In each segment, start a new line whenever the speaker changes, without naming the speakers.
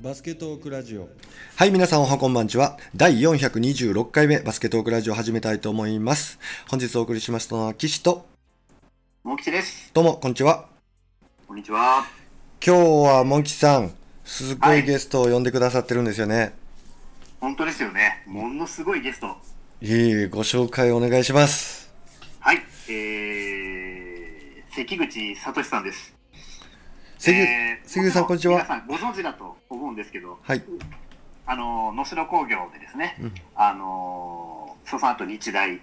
バスケトークラジオ
はい、皆さんおはこんばんちは。第426回目、バスケトークラジオを始めたいと思います。本日お送りしましたのは、岸と、
モキチです。
どうも、こんにちは。
こんにちは。
今日は、モンキさん、すご
はいい
ゲストを呼んでくださってるんですよね。
本当ですよね。ものすごいゲスト。
い、いご紹介お願いします。
はい。えー、関口聡さんです。
関口
えー
関口さんこんにちは
皆さんご存知だと思うんですけど、
はい。
あの、能代工業でですね、
うん
あの、その後日大、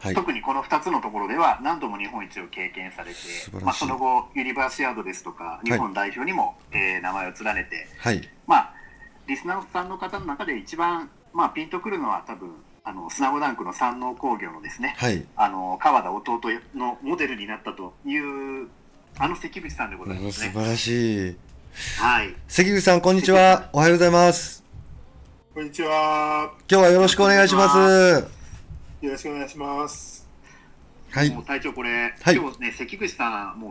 はい。
特にこの2つのところでは何度も日本一を経験されて
素晴らしい、
まあ、その後、ユニバーシアードですとか、日本代表にも、えー名前を連ねて、
はい。
まあ、リスナーさんの方の中で一番、まあ、ピンとくるのは多分あのスナムダンクの山王工業のですね
はい。
あの川田弟のモデルになったというあの関口さんでご
う
ざいま
ん
す
素
ね。
晴らしい。
はい、
関口さん、こんにちは。おはようございます。
こんにちは。
今日はよろしくお願いします。
よろしくお願いします。
はい
もう。隊長これ、
はい
今日ね関口さんも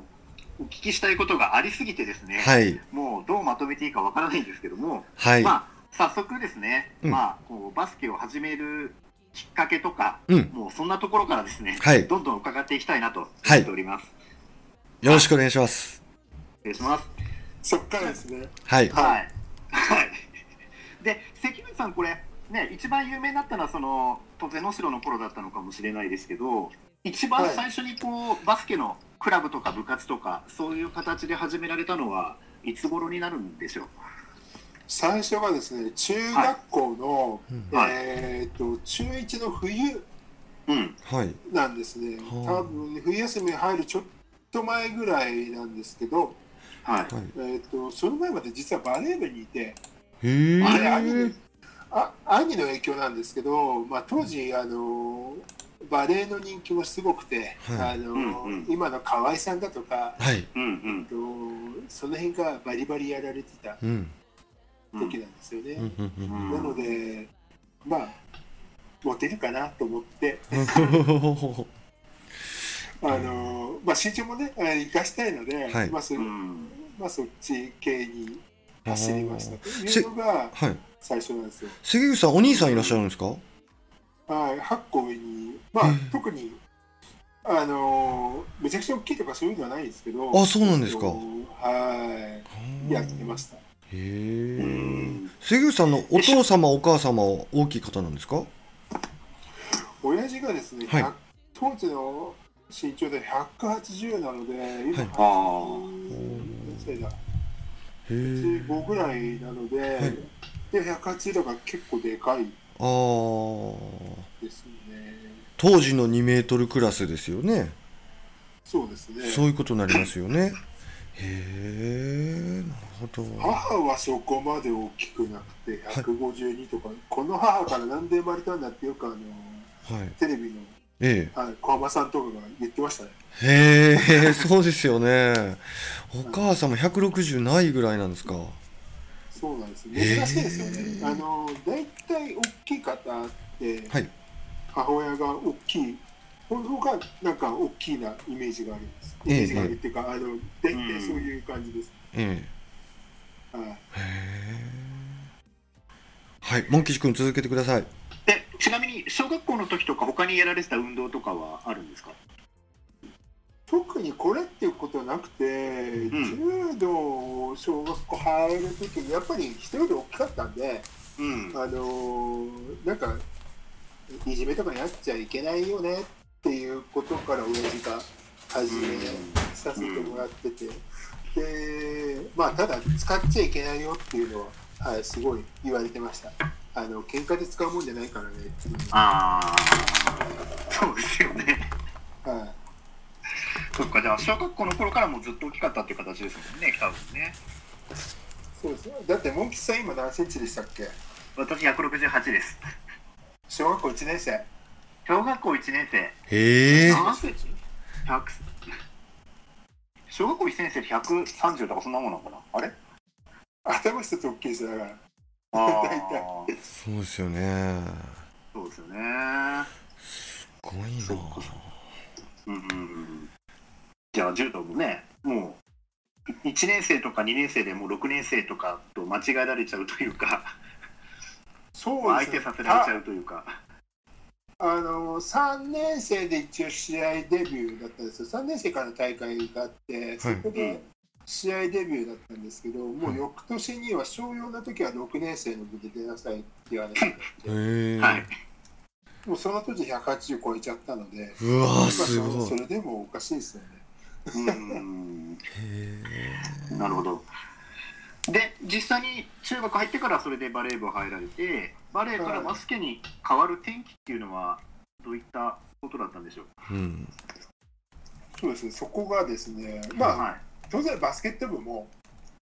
うお聞きしたいことがありすぎてですね、
はい。
もうどうまとめていいかわからないんですけども、
はい。
まあ早速ですね、
うん
まあこうバスケを始めるきっかけとか、
うん。
もうそんなところからですね、
はい
どんどん伺っていきたいなと思
はい
っております。
よろしくお願いします。
失礼します。
そっからですね。
はい。
はい。はい。で、関口さん、これ、ね、一番有名になったのは、その、当然能代の頃だったのかもしれないですけど。一番最初に、こう、バスケのクラブとか部活とか、そういう形で始められたのは。いつ頃になるんでしょう。
最初がですね、中学校の、
うん
はい
えーと中1の冬
うん。
はい。
なんですね。
はあ
多分冬休みに入るちょっと前ぐらいなんですけど、
は
は
い。
い。
えーとその前まで実はバレー部にいて、
へ
あ
れ兄
ー
のあ兄の影響なんですけど、まあ当時あのバレーの人気もすごくて、
はい
あの
うんうん
今の河合さんだとか、
はい。
うん、
えーとその辺がバリバリやられてた
うん。
うん。
時なんですよね。
うんうんうん
うん
なので、まあ、モテるかなと思って、
は
あのまあ、身長もね、生かしたいので、
はい
まあそ
うん。
まあ、そっち系に走りましたというのが
い。
最初なんですよ。
関口さん、お兄さんいらっしゃるんですかは
はい、8個上に、まあ
うん、
特に、あのめちゃくちゃ大きいとかそういうのはないんですけど、
あそうなんですか
えっとは
ー
い、やってました。
へ
う
え。
ん。
関口さんのお父様、お母様は大きい方なんですか
親父がですね、
はい
100当時の身長で180なので、
は
今、
い
80歳だ。
へえ。
85ぐらいなので、
い
で180だから結構でかい
あー。
ですね。
当時の2メートルクラスですよね。
そうですね。
そういうことになりますよね。へえ。なるほど。
母はそこまで大きくなくて152とか、この母からなんで生まれたんだってよくあの
はい。
テレビの
え
あ小浜さんとかが言ってましたね。
え。へえ、 そうですよね。お母様160ないぐらいなんですか。
そうなんです。
へー
珍しいですよね。あの大体大きい方って、
はい
母親が大きい。この方がなんか大きいなイメージがあります。イ
ええ
メージがあるっていうか、あの大体そういう感じです。
ええ。
はい
へーはい、モン吉君続けてください。
で、ちなみに、小学校の時とか、他にやられてた運動とかはあるんですか。
特にこれっていうことはなくて、
ん
柔道小学校入る時にやっぱり人より大きかったんで、
うん
あ。のーなんかいじめとかにあっちゃいけないよねっていうことから親父が始めさせてもらってて、でまあただ使っちゃいけないよっていうのは、はい、すごい言われてましたあの喧嘩で使うもんじゃないからねっていう
ああ。そうですよね。
のはい
そっか、じゃあ小学校の頃からもうずっと大きかったっていう形ですもんね、多分ね。
そうですねだってモンキさん今何センチでしたっけ
私168です。
小学校1年生
小学校1年生、
へえ。
何センチ ?100。小学校1年生で130とかそんなもんなのかなあれ
頭一つ大きいですよだから
ああ。
そうですよね。
そうですよね。
すごい
そっかそっかうんうんうん。じゃあ柔道もね、もう、 1年生とか2年生でもう6年生とかと間違えられちゃうというか、
そうで
相
す
手
ね
させられちゃうというか。
あの3年生で一応試合デビューだったんですよ3年生からの大会があってそこで試合デビューだったんですけど、もう翌年には小4の時は6年生の部で出なさいって言われて
へえ、
はい、
もうその時180超えちゃったので、
うわー
まあ、
す
そ
ご
そ
いへ
れでもおかしいですよね
うん
え
なるほど。で、実際に中学入ってからそれでバレー部入られて、バレーからバスケに変わる転機っていうのは、どういったことだったんでしょう
うん
そうですねそこがですねまあ
はい、
当然バスケット部も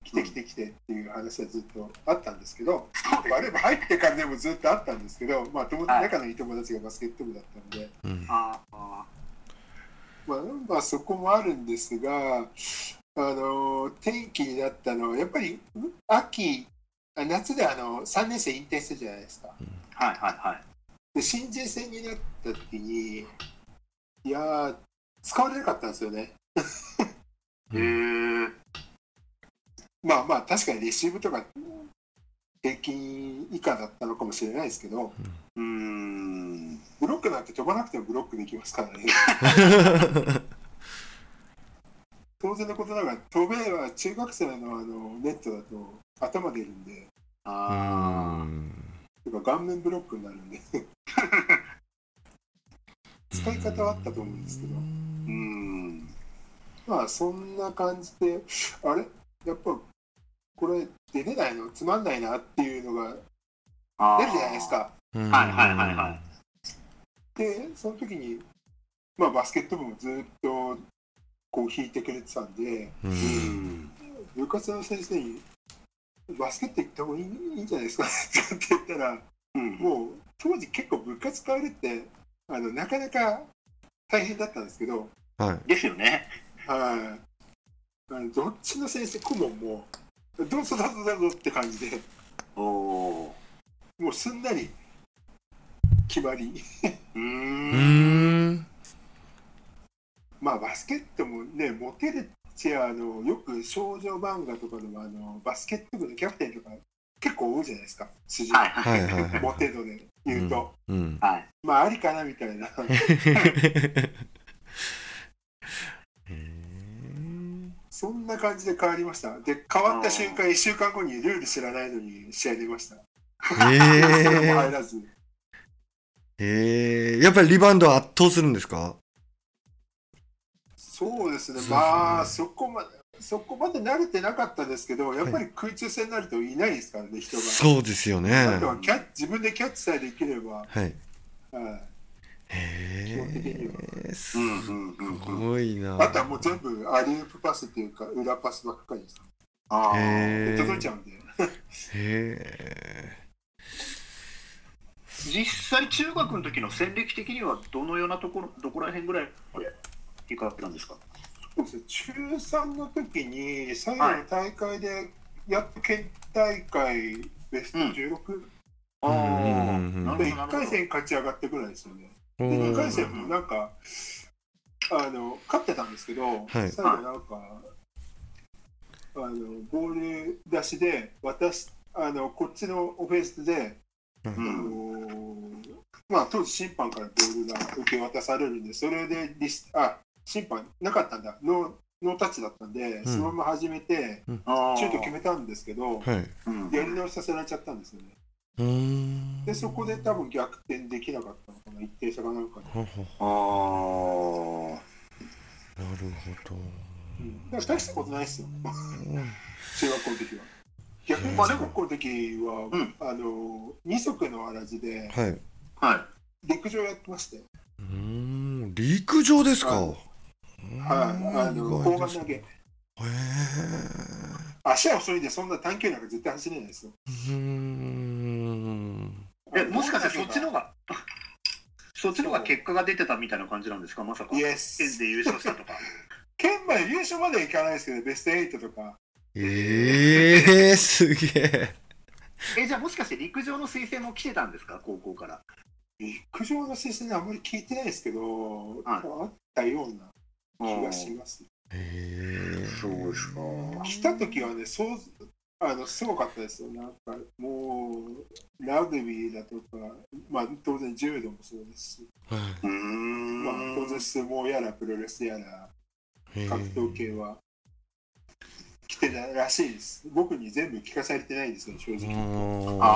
来て来て来てっていう話はずっとあったんですけど、
そうです
バレー部入ってからでもずっとあったんですけど、まあ、友達仲のいい友達がバスケット部だったので、
うん
ああ
まあ、まあそこもあるんですが、あの天気になったのはやっぱり秋あ夏であの3年生引退したじゃないですか
はいはいはい。
で新人戦になった時にいやー使われなかったんですよね
う
へえ
まあまあ確かにレシーブとか平均以下だったのかもしれないですけど
うーん。
ブロックなんて飛ばなくてもブロックできますからね当然のことながら飛べは中学生のあのネットだと頭出るんで
あ
てか顔面ブロックになるんで使い方はあったと思うんですけど
ーうーん。
まあそんな感じであれやっぱこれ出れないのつまんないなっていうのが
あ
出るじゃないです。か
うん
はいはいはいは
でその時に、まあ、バスケット部もずっとこう引いてくれてたんで
う
うんん。
部活の先生に「バスケット行った方がいいいいんじゃないですか」って言ったら
うん。
もう当時結構部活変えるってあのなかなか大変だったんですけど
はい
ですよね。
はいあのどっちの先生顧問もどうぞどうぞどうぞって感じで
おお
もうすんなり決まり
ー。う
う
ーん。
ーん
まあバスケットもねモテるチアのよく少女漫画とかでもあのバスケット部のキャプテンとか結構多いじゃないですか主人公
はい
は
はいい。
はいはい
モテ度で言うと、
うん
はい。
まあありかなみたいな
へえ
そんな感じで変わりましたで変わった瞬間1週間後にルール知らないのに試合出ましたそれも入
へ
らず
えやっぱりリバウンドは圧倒するんですか
そうですね
そうですね
まあそこまでそこまで慣れてなかったですけどやっぱり空中戦になるといないですからね人が。
そうですよね
あとはキャッ自分でキャッチさえできれば、
はい
はい基本的に
へ
は
えす
うんうんうんうん。
ごいな
あとはもう全部アリウープパスっていうか裏パスばっかりです、
ああ。
へえ
届いちゃうんで
へ
実際中学の時の戦歴的にはどのようなところどこら辺ぐらい行かれたんですか
そうですね中3の時に最後の大会でやっと県大会ベスト16、
あ
うんうんうんうん
な
で
るほど
1回戦勝ち上がってくらいですよね
え
で2回戦もなんかあの勝ってたんですけど、
い
最後なんか、あのボール出しで私あのこっちのオフェンスで
う
あ
ん
のーまあ、当時審判からボールが受け渡されるんで、それでリスあ審判なかったんだノー、ノータッチだったんで、
ん
そのまま始めて、
あー
シュート決めたんですけど、
はい
うん
やり直しさせられちゃったんですよね。
うーん
で、そこで多分逆転できなかったのかな、一定差かなんかで。
ほほ
あー
なるほど
うんだから大したことないですよ、 中学校の時は。逆に
まあ
中
でも
学校の時は、
うん
あのー二足のわらじで
はい
はい
陸上やってまして、
うーん陸上ですか
ははい、あの
意外で
砲丸
す
投
ね
げ。
へえ
足は遅いんで、そんな短距離なんか絶対走れないですよ。
うーん
えもしかしてそっちの方 がそっちの方が結果が出てたみたいな感じなんですかまさか
イ
県
エス
で優勝したとか
県まで優勝まではいかないですけどベスト8とか
ええー、すげえ。
えじゃあもしかして陸上の推薦も来てたんですか高校から
陸上の推薦あんまり聞いてないですけど、
はい
あったような気がします
へえ。
そうですか。
来た時はね、そうあのすごかったですよ、なんかもうラグビーだとか、まあ、当然柔道もそうですし、
は
うー
まあ、
ん。
当然相撲やらプロレスやら
いへえ
格闘系は来てたらしいです。僕に全部聞かされてないんですよ、正
う
直。
ーん
あ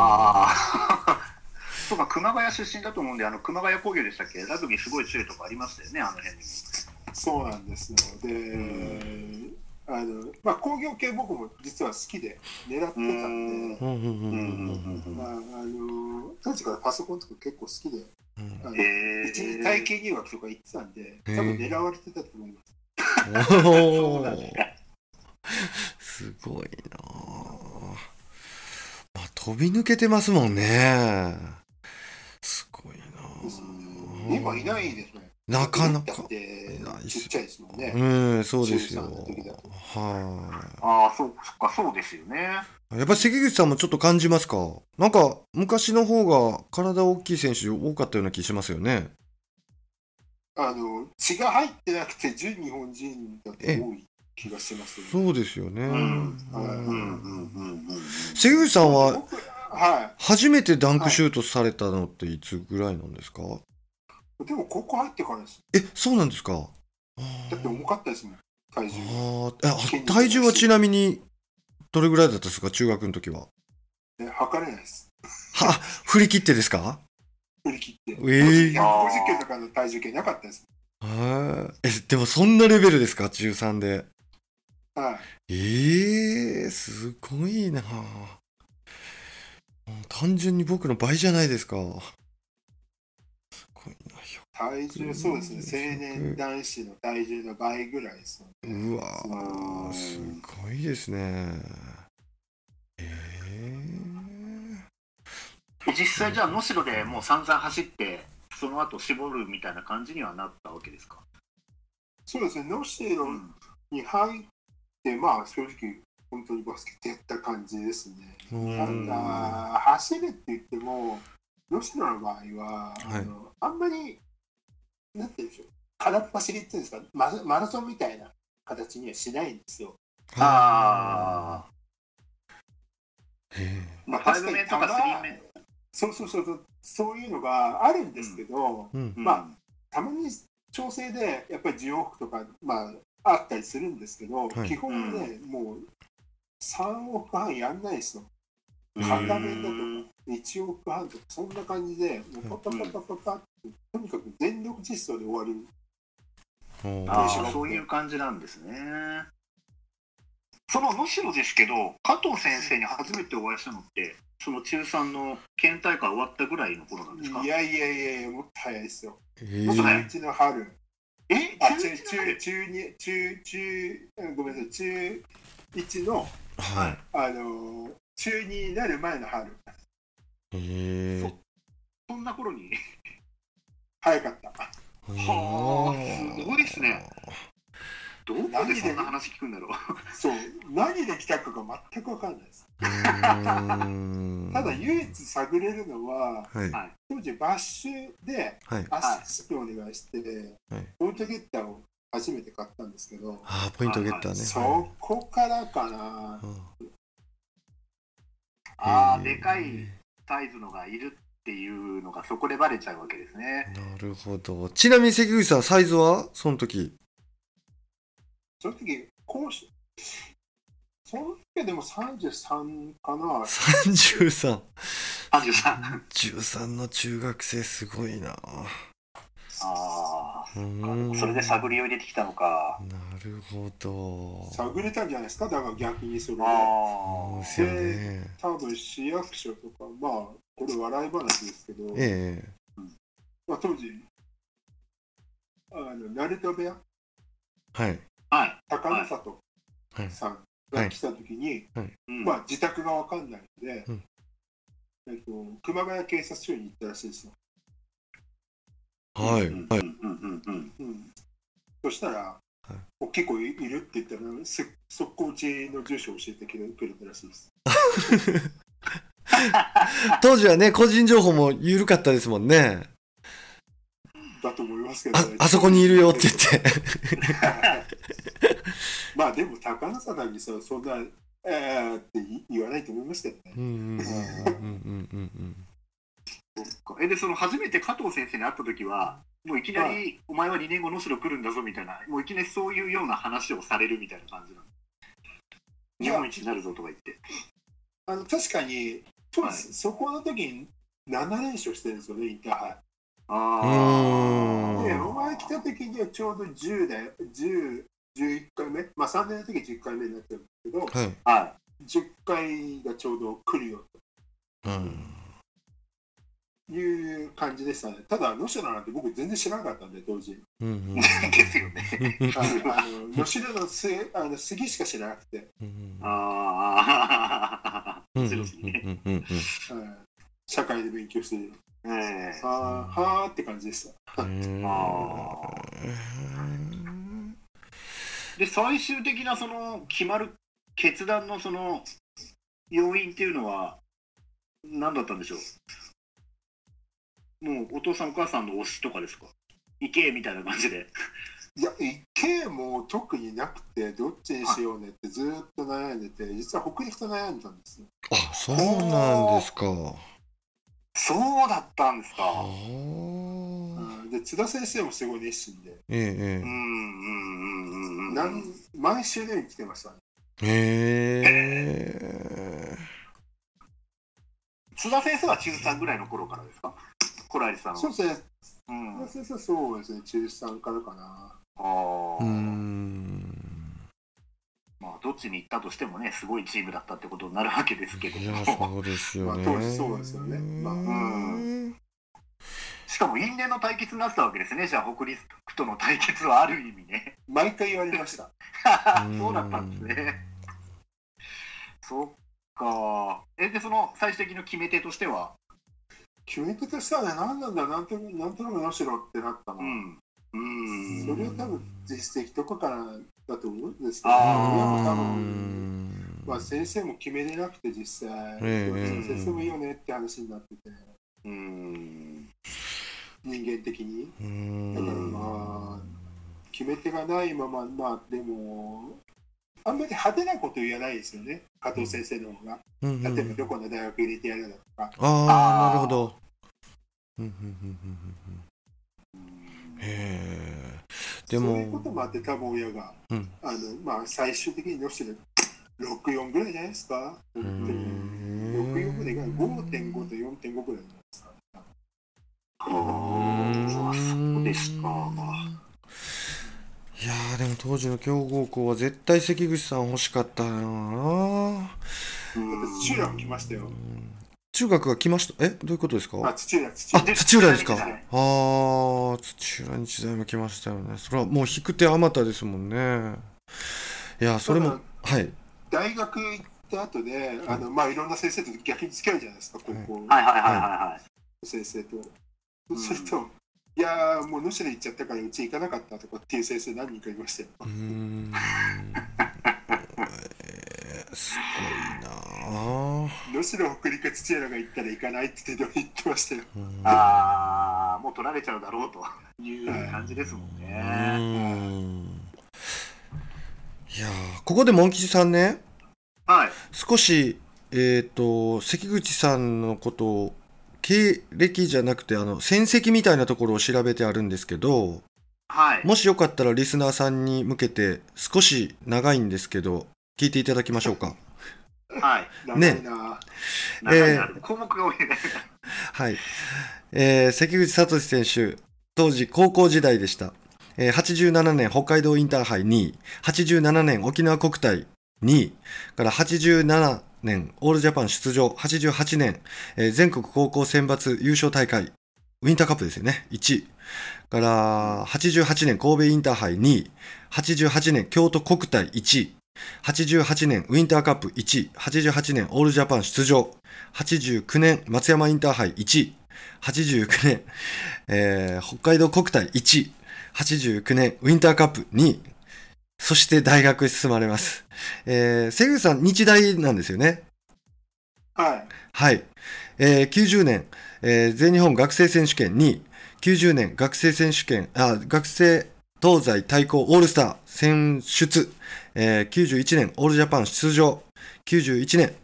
あ。 そうか、熊谷出身だと思うんで、あの熊谷工業でしたっけ、ラグビーすごい強いとこありましたよね、あの辺に。
そうなんですので、あのまあ、工業系僕も実は好きで狙ってたん
う
で、
んうんうんうんうん
まあ、あの当時からパソコンとか結構好きで、
うん
あの
ええ。
一時体験入学とか行ってたんで、多分狙われてたと思います。
お
そうなん
ー
だ
すごいなあ、まあ、飛び抜けてますもんねすごいなあ
今いないですね。
なかな
だっ
か
て
ないっす
ちっちゃいですもんね。
うんそうですよ
13の時だと
は
ああ、そうそっか、そうですよね。
いやっぱ関口さんもちょっと感じますかなんか昔の方が体大きい選手多かったような気しますよね
あの血が入ってなくて純日本人だと多い気がします、ね。
そうですよね、
ん
うん
うんうんうん。
関口さんは
僕は
初めてダンクシュートされたのっていつぐらいなんですか、
い。でも高校入ってからです。
えそうなんですかあ
だって
ー
重かったですもん。体重。
あーえあ
筋肉
体重はちなみにどれぐらいだったんですか中学の時は
ね、測れないです。
は振り切ってですか
振り切って。
ええ
150キロとかの体重計なかったです。
はいえでもそんなレベルですか中3で
はい。
ええすごいなもう単純に僕の倍じゃないですかすごいなひょ
体重そうですね。成年男子の体重の倍ぐらいですもんね。
うわ
そ
ー
の
すごいですねえ
実際じゃあ能代でもう散々走ってその後絞るみたいな感じにはなったわけですか、
そうですね。ノシエロ
うん
に入って、まあ正直、本当にバスケットやった感じですね。
えうん
なんか、走るって言っても、ノシロの場合は、あのあんまり、なんて言うんでしょう、空っ走りっていうんですか、マラマラソンみたいな形にはしないんですよ。
ああ
え
まあ
確
5
かに
メとか3メ
そうそうそうそう、そういうのがあるんですけど、
えうん
うん
まあたまに調整で、やっぱり10往復とか、まあ、あったりするんですけど、
はい
基本ね、もう3往復半やんないですよ。
うん
片面だとか1往復半とか、そんな感じで、もうパッパッパッパッパッって、とにかく全力実装で終わる。
おー
あーそういう感じなんですねその能代ですけど加藤先生に初めてお会いしたのってその中3の県大会終わったぐらいの頃なんですか
いやいやいやいや、もっと早いですよ。
え
もっと
ー
早い。中1の春。
え
あ、
中
中、
一ま
中、
で
中二中、中、ごめんなさい、中1の、
はい。
あのー、中2になる前の春。
ええ
そうそんな頃に
早かった。
はあすごいですね。どこ
何
で
で
そんな話聞くんだろう
そう、何で来たかが全く分かんないです。
うーん
ただ唯一探れるのは、
はい
はい
当時バッシュで
はい。
アシストお願いして、
はい
ポイントゲッターを初めて買ったんですけど、
あーポイントゲッターね。
そこからかな、
ああ
へえ
でかいサイズのがいるっていうのがそこでバレちゃうわけですね。
なるほど。ちなみに関口さんサイズはその時。
その時、こうし、その時でも33かな、
三十三。
アジュさん。あ
十三の中学生すごいな。
あ
うーん
ー、それで探りを入れてきたのか。
なるほど。
探れたんじゃないですか、だから逆にそれ
そ
で。
う
あ
ですよね。
多分市役所とか、まあ、これ笑い話ですけど、
ええ
まあ、当時、あの、鳴門部屋、
はい。
あ。はい。
高野里
はい
さんが来た時に、
うん
まあ、自宅が分かんないので、
うん
えっと、熊谷警察署に行ったらしいですよ、
はい。
うん
は
う
い。
んうんうん
うんそしたら、
い
大きい子いるって言ったらす速攻うちの住所を教えてくれくれたらしいです
当時はね、個人情報も緩かったですもんね。
だと思いますけど
あ
ね、
あそこにいるよって言って。
はい まあでも高野さんにさそんな「えー」って言わないと思いましたよね。
うんうんうんうんうん
そっかえでその初めて加藤先生に会った時はもういきな
は
り「お前は2年後能代来るんだぞ」みたいなもういきなりそういうような話をされるみたいな感じなの
い
日
や
本一になるぞとか言って
あの確かに当時、
はい
そこの時に7連勝してるんですよねインターハイ。
う
あ
ん
で
あ
お前来た時にはちょうど10だよ10 11回目まあ3年の時10回目になってるんですけど
はい
は
10回がちょうど来るよ
うん
という感じでしたねただ能代なんて僕全然知らなかったんで当時
うんうん
いですよね
あのあの能代のすあの杉しか知らなくて、
うん
ああ
うんうん
面白いですね
うんうん
うん社会で勉強して
え え
あーはーって感じでした
うん
あで最終的なその決まる決断のその要因っていうのは何だったんでしょうもうお父さんお母さんの推しとかですか行けみたいな感じで
いや、池も特になくて、どっちにしようねってずーっと悩んでて、実は北陸と悩んでたんですよ。
あそうなんですか
そうだったんですか
あ
う
ー
んで、津田先生もすごい熱心で、
ええ
うんうんうんうんうん
なん毎週のように来てましたね。
ええへえ
津田先生は中3ぐらいの頃からですかコラリさんは
そうですね、
うん
津田先生はそうですね、中3からかな。
あー
うん
まあどっちに行ったとしてもねすごいチームだったってことになるわけですけど
いや
も
そうですよね、
まあ当時そうですよねまあうん
しかも因縁の対決になってたわけですね、じゃあ、北陸との対決はある意味ね。
毎回言われました。
そうだったんですね。そっか。え、で、その最終的な決め手としては、
決め手としてはね、何なんだ、なんとなんとなく能代ってなったな。
うん。う
そ
ん。
れは多分実績とかからだと思うんですけど、
あ
親
う
も多分
ん
まあ、先生も決めれなくて実際、
ええ
先生もいいよねって話になってて
うん。
人間的に
う
だから
ん
まあ決め手がないまままあでもあんまり派手なこと言わないですよね加藤先生の方が
うんうん
例えばどこの大学入れてやるだとか、
ああ
あ
な
ー
るほど。うんうんうんうんうんうんへえ。で
そういうことも
も
あって多分親が、
うん
あのまあ最終的にどうしてる64ぐらいじゃないですか
う
本当に64ぐらい
ん
が5.5と4.5ぐらいじゃないですか
ああ、そうですか。
いやーでも当時の強豪校は絶対関口さん欲しかったよな
うん
私中学来ましたよ
中学が来ましたえどういうことですか
あ土浦土
あ、
浦
で
土浦ですか。
土
あ
浦日大
あー、土浦日大も来ましたよね。それはもう引く手あまたですもんね。いや、それも、はい。
大学行った後で、あのまあいろんな先生と逆に付き合うじゃないですか、高校
はいはいはいはいはい。
の先生と。
うん
それと、いやー、もう能代行っちゃったからうち行かなかったとかっていう先生何人かいましたよ。
うーん。えーすごいなあ
能代北陸土浦が行ったら行かないって言ってましたよ。
うーん
ああ、もう取られちゃう だろうという感じですもん
う
ね。
ーんいやあここでモン吉さんね、
はい。
少し、えー、と関口さんのことを経歴じゃなくてあの戦績みたいなところを調べてあるんですけど
はい。
もしよかったらリスナーさんに向けて少し長いんですけど聞いていただきましょうか。
はい。
長いな、
中にある項目が多いね。
はい、えー関口聡選手当時高校時代でした、えー87年北海道インターハイ2位87年沖縄国体2位から87年オールジャパン出場88年、えー全国高校選抜優勝大会ウィンターカップですよね1位から88年神戸インターハイ2位88年京都国体1位88年ウィンターカップ1位88年オールジャパン出場89年松山インターハイ1位89年、えー北海道国体1位89年ウィンターカップ2位そして大学へ進まれます、えー、瀬口さん日大なんですよね
はい。
はい、えー90年、えー全日本学生選手権2位90年学生選手権あ学生東西対抗オールスター選出、えー91年オールジャパン出場、91年、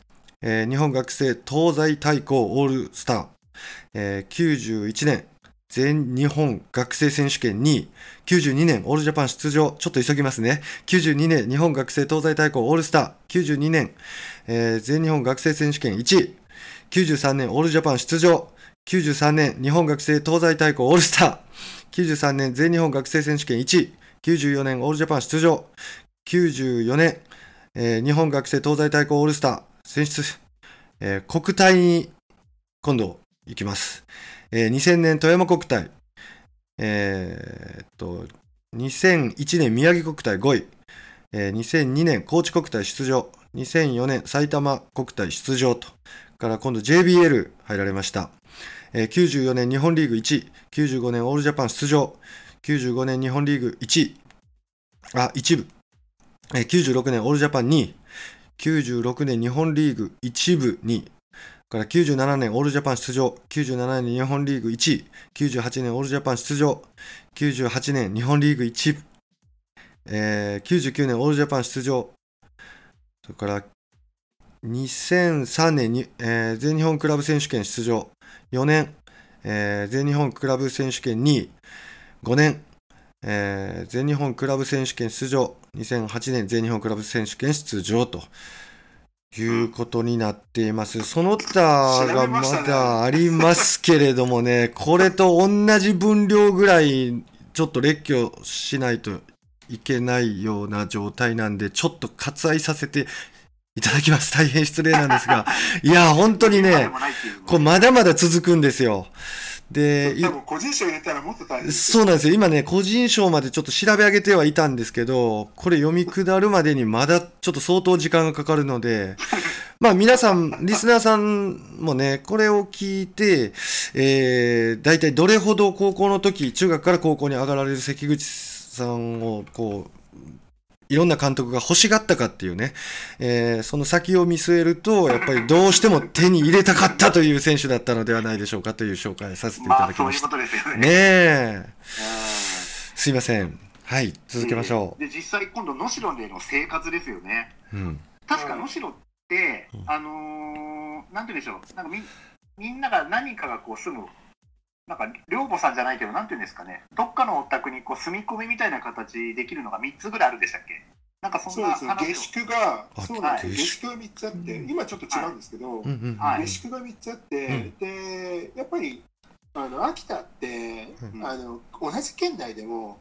えー日本学生東西対抗オールスター、えー91年全日本学生選手権2位、92年オールジャパン出場、ちょっと急ぎますね、92年日本学生東西対抗オールスター、92年、えー全日本学生選手権1位、93年オールジャパン出場、93年日本学生東西対抗オールスター、93年全日本学生選手権1位、94年オールジャパン出場、94年、えー日本学生東西対抗オールスター選出、えー国体に今度行きます。えー2000年富山国体、えーっと、2001年宮城国体5位、えー2002年高知国体出場、2004年埼玉国体出場と、から今度 JBL 入られました。えー94年日本リーグ1位、95年オールジャパン出場、95年日本リーグ1位、あ、1部、えー96年オールジャパン2位、96年日本リーグ1部2位、から97年オールジャパン出場、97年日本リーグ1位、98年オールジャパン出場、98年日本リーグ1部、えー99年オールジャパン出場、それから2003年に、えー全日本クラブ選手権出場、4年、えー全日本クラブ選手権2位、5年、えー全日本クラブ選手権出場、2008年全日本クラブ選手権出場ということになっています。その他がまだありますけれどもね、これと同じ分量ぐらいちょっと列挙しないといけないような状態なんで、ちょっと割愛させていただきます。大変失礼なんですが。いや、本当にね、これまだまだ続くんですよ。で、い
多分個人賞入れたらもっと大変です
そうなんですよ。今ね、個人賞までちょっと調べ上げてはいたんですけど、これ読み下るまでにまだちょっと相当時間がかかるので、 まあ皆さん、リスナーさんもね、これを聞いて、えー、大体どれほど高校の時、中学から高校に上がられる関口さんを、こう、いろんな監督が欲しがったかっていうね、えーその先を見据えると、やっぱりどうしても手に入れたかったという選手だったのではないでしょうかという紹介させてい
ま
た
あ
だき
そう
ま
いう
し
こ
た。
とですよ
ね
ね。
え。
うん
すいません。はい、続けましょ
で実際今度能代での生活ですよね。
う。うん。
確か能代って、
うん
あのーなんて言うんでしょうなんかみみんなが何かがこう住むなんか寮母さんじゃないけどなんて言うんですかねどっかのお宅にこう住み込みみたいな形できるのが3つぐらいあるんでしたっけなんかそん
そう
な
ですね下
話を
宿が
あ
そうなんです
はい
よ下宿が3つあって
うん
今ちょっと違うんですけど、
うんうん。
はい
下宿が3つあって、
うん
でやっぱりあの秋田って、
うん
あの同じ県内でも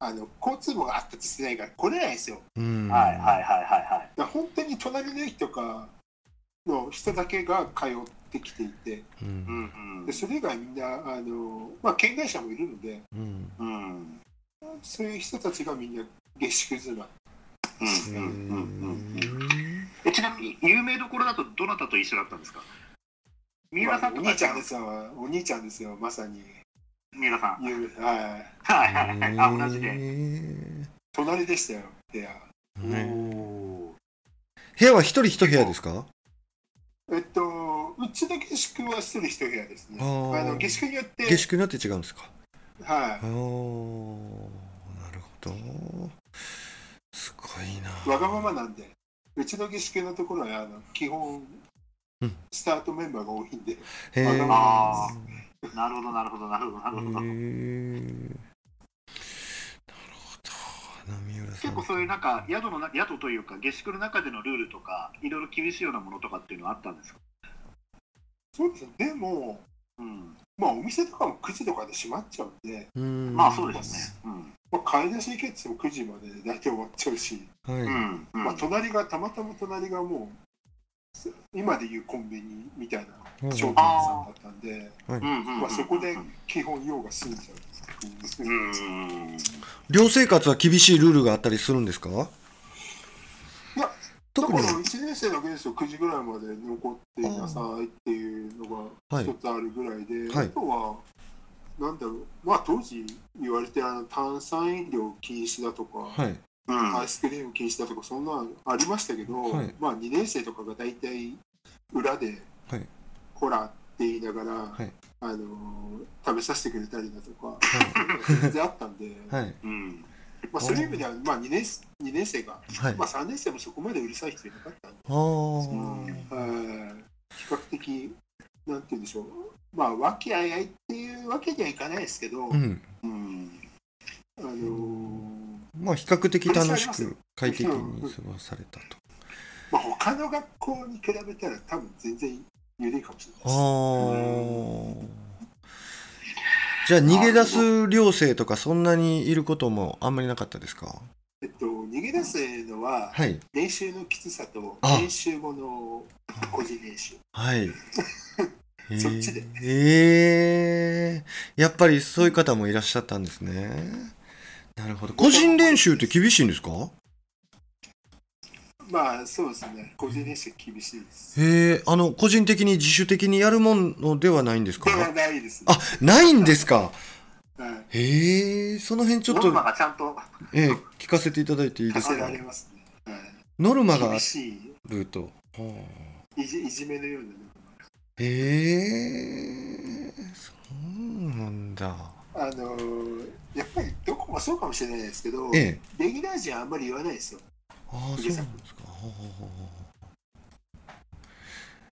あの交通網が発達してないから来れないんですよ
うん。
はいはいはいはいはい
だから本当に隣の駅とかの人だけが通ってきていて
い。う。
うんんうん
でそれ以外みんなあの、まあ、県外者もいるので
うん。うん
うん
そういう人たちがみんな下宿住まい
うんうんうんうんえちなみに有名どころだとどなたと一緒だったんですか三浦さん
ま
とか
あお兄ちゃんですわお兄ちゃんですよまさに
三浦さん
有名はい
はいはいはいあ同じで、
隣でしたよ部屋
ね
おー
部屋は一人一部屋ですか
えっとうちの下宿は一人一部屋ですね
あ
あ
ー
の下宿によって
下宿によって違うんですか
は
ああ、なるほど。すごい
い
な。
わがままなんでうちの下宿のところはあの基本
うん
スタートメンバーが多いんで、
へえ。
あなるほどなるほどなるほどなるほど、
へえなるほど。花見浦さ
結
ん
構。そういうなんか宿のな宿というか下宿の中でのルールとかいろいろ厳しいようなものとかっていうのはあったんですか、
そうですねでも
うん、
まあお店とかも9時とかで閉まっちゃうんで、
うん
まあそうですよね
まあ、買い出し行けって言っても9時までで大体終わっちゃうし、
はい。
うんうんうん
まあ、隣がたまたま隣がもうす今でいうコンビニみたいな商店さんだったんで、
うんうんうん
まあ、そこで
うん
基本用が済んじゃうっていうう、
ん
寮生活は厳しいルールがあったりするんですか
いや
特
だ
に
から1年生だけですよ9時ぐらいまで残っていなさいっていうのが
はい
一つあるぐらいで、
はい
あとはなんだろうまあ当時言われてるあの炭酸飲料禁止だとか、
はい。
うん
アイスクリーム禁止だとかそんなのありましたけど、
はい
まあ2年生とかが大体裏で、
はい
ほらって言いながら、
はい
あの食べさせてくれたりだと か、全然あったんで、
はい。
うん。
まあ、そういう意味では、まあ、2年二年生が、
はい。
まあ、3年生もそこまでうるさい人いなかったんで
あー
はい比較的、なんて言うんでしょう、まあ、和気あいあいっていうわけにはいかないですけど、
う
あ
ん。
うん。
の
まあ、比較的楽しく快適に過ごされたと。
まあ、他の学校に比べたら、多分全然緩いかもしれない
あ
です。
ーじゃあ逃げ出す寮生とかそんなにいることもあんまりなかったですか
えっと、逃げ出すのは
はい
練習のきつさと
あ
練習後の個人練習
はい
そっちで
えー、やっぱりそういう方もいらっしゃったんですねなるほど個人練習って厳しいんですか
まあそうですね個人練習厳しいです
へえあの個人的に自主的にやるものではないんですか
ではないですね
あないんですか
はい
へえその辺ちょっ
ノル
と
マ、がちゃんと。
えー聞かせていただいていいで
課
すか
せられますね
ノルマ
はい
があ
厳しい
るとはあ
いじいじめのようなね
へえそうなんだ
あのーやっぱりどこもそうかもしれないですけど
え
レ
え
ギュラー陣はあんまり言わないですよ
ああそうなんですかほうほうほうほ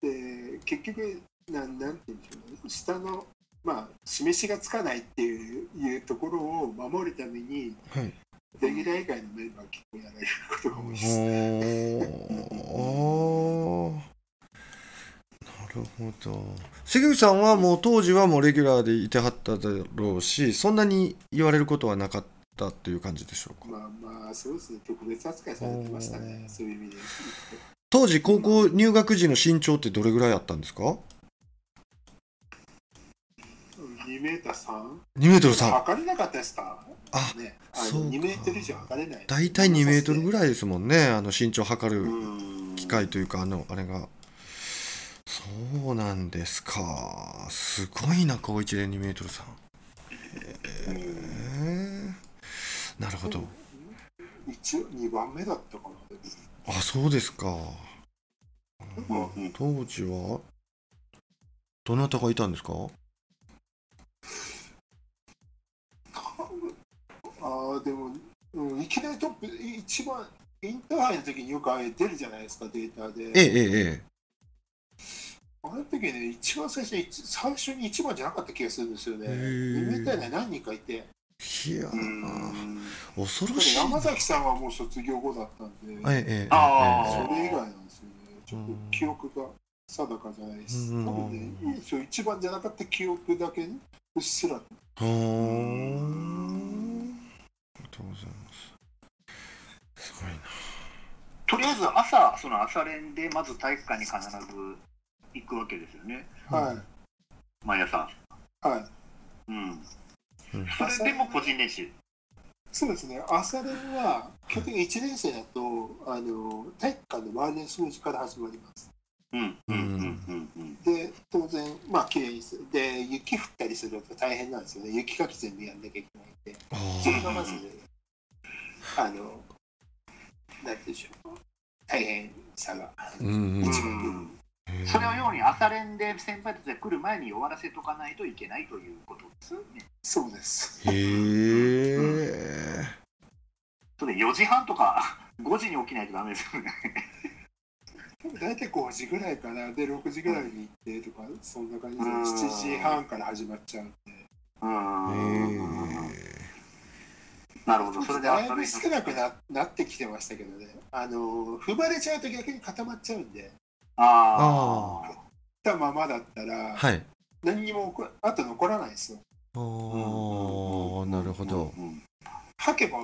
で結局なんなんていうんでしょうね下のまあ示しがつかないっていういうところを守るために
うはい
レギュラー以外のメンバーは結構やられることが多いです
ほーなるほど関口さんはもう当時はもうレギュラーでいてはっただろうしそんなに言われることはなかったっていう感じでしょうか
まあまあそうですね特別扱いされてましたね
おー
そういう意味で
当時高校入学時の身長ってどれぐらいあったんですか
2メーター3
2メートル3
測れなかったですか
あ
ねあ
そうか
の2メートル以上測れない
大体2メートルぐ
らい
らいですもんねあの身長測る
うん。
機械というかあのあれがそうなんですかすごいな高一で2メートルさんへえなるほど
一応2番目だったかな
あそうですか
うんうん。
当時はどなたがいたんですか
ああでも、うん、いきなりトップ一番インターハイの時によくあれ出るじゃないですかデータで
ええええ
あの時ね一番最初に最初に一番じゃなかった気がするんですよね
へー
2メーター以内何人かいて
ええいや
うん。
恐ろしい
山崎さんはもう卒業後だったんで
ええええ
あ
そ
ー
れ以外なんですよね。ちょっと記憶が定かじゃないです。
うん
多分ね、そう一番じゃなかった記憶だけね、うっすら。
はーありがとうございますすごいな
とりあえず朝、その朝練でまず体育館に必ず行くわけですよね。
はい。
毎朝。
はい。
うん。
うん
それでも個人練習。
そうですね。朝練は、基本的に1年生だと、あの、体育館の周りの掃除から始まります。
うん。うん。うん。うん。
で、当然、まあ、綺麗にする。で、雪降ったりすると大変なんですよね。雪かき全部やんなきゃいけないんで。
あ
そ
ー
れがまず、あの、なんていうんでしょう。大変さが。
うんうん
うん。
へえ
それをように朝練で先輩たちが来る前に終わらせとかないといけないということですよね。
そうです。
へえ。
それ4時半とか 5時に起きないとダメですよね。
大体5時ぐらいかなで6時ぐらいに行ってとかそんな感じで
うん
7時半から始まっちゃうんで
う
へ
ん。
え。
なるほど。それで
だい
朝
ぶ
練
少なくななってきてましたけどねあの踏まれちゃうと逆に固まっちゃうんで
ああ。
たままだったら
はい。
何にも起こあと残らないですよ
ああ、なるほど。
うんうん
吐けば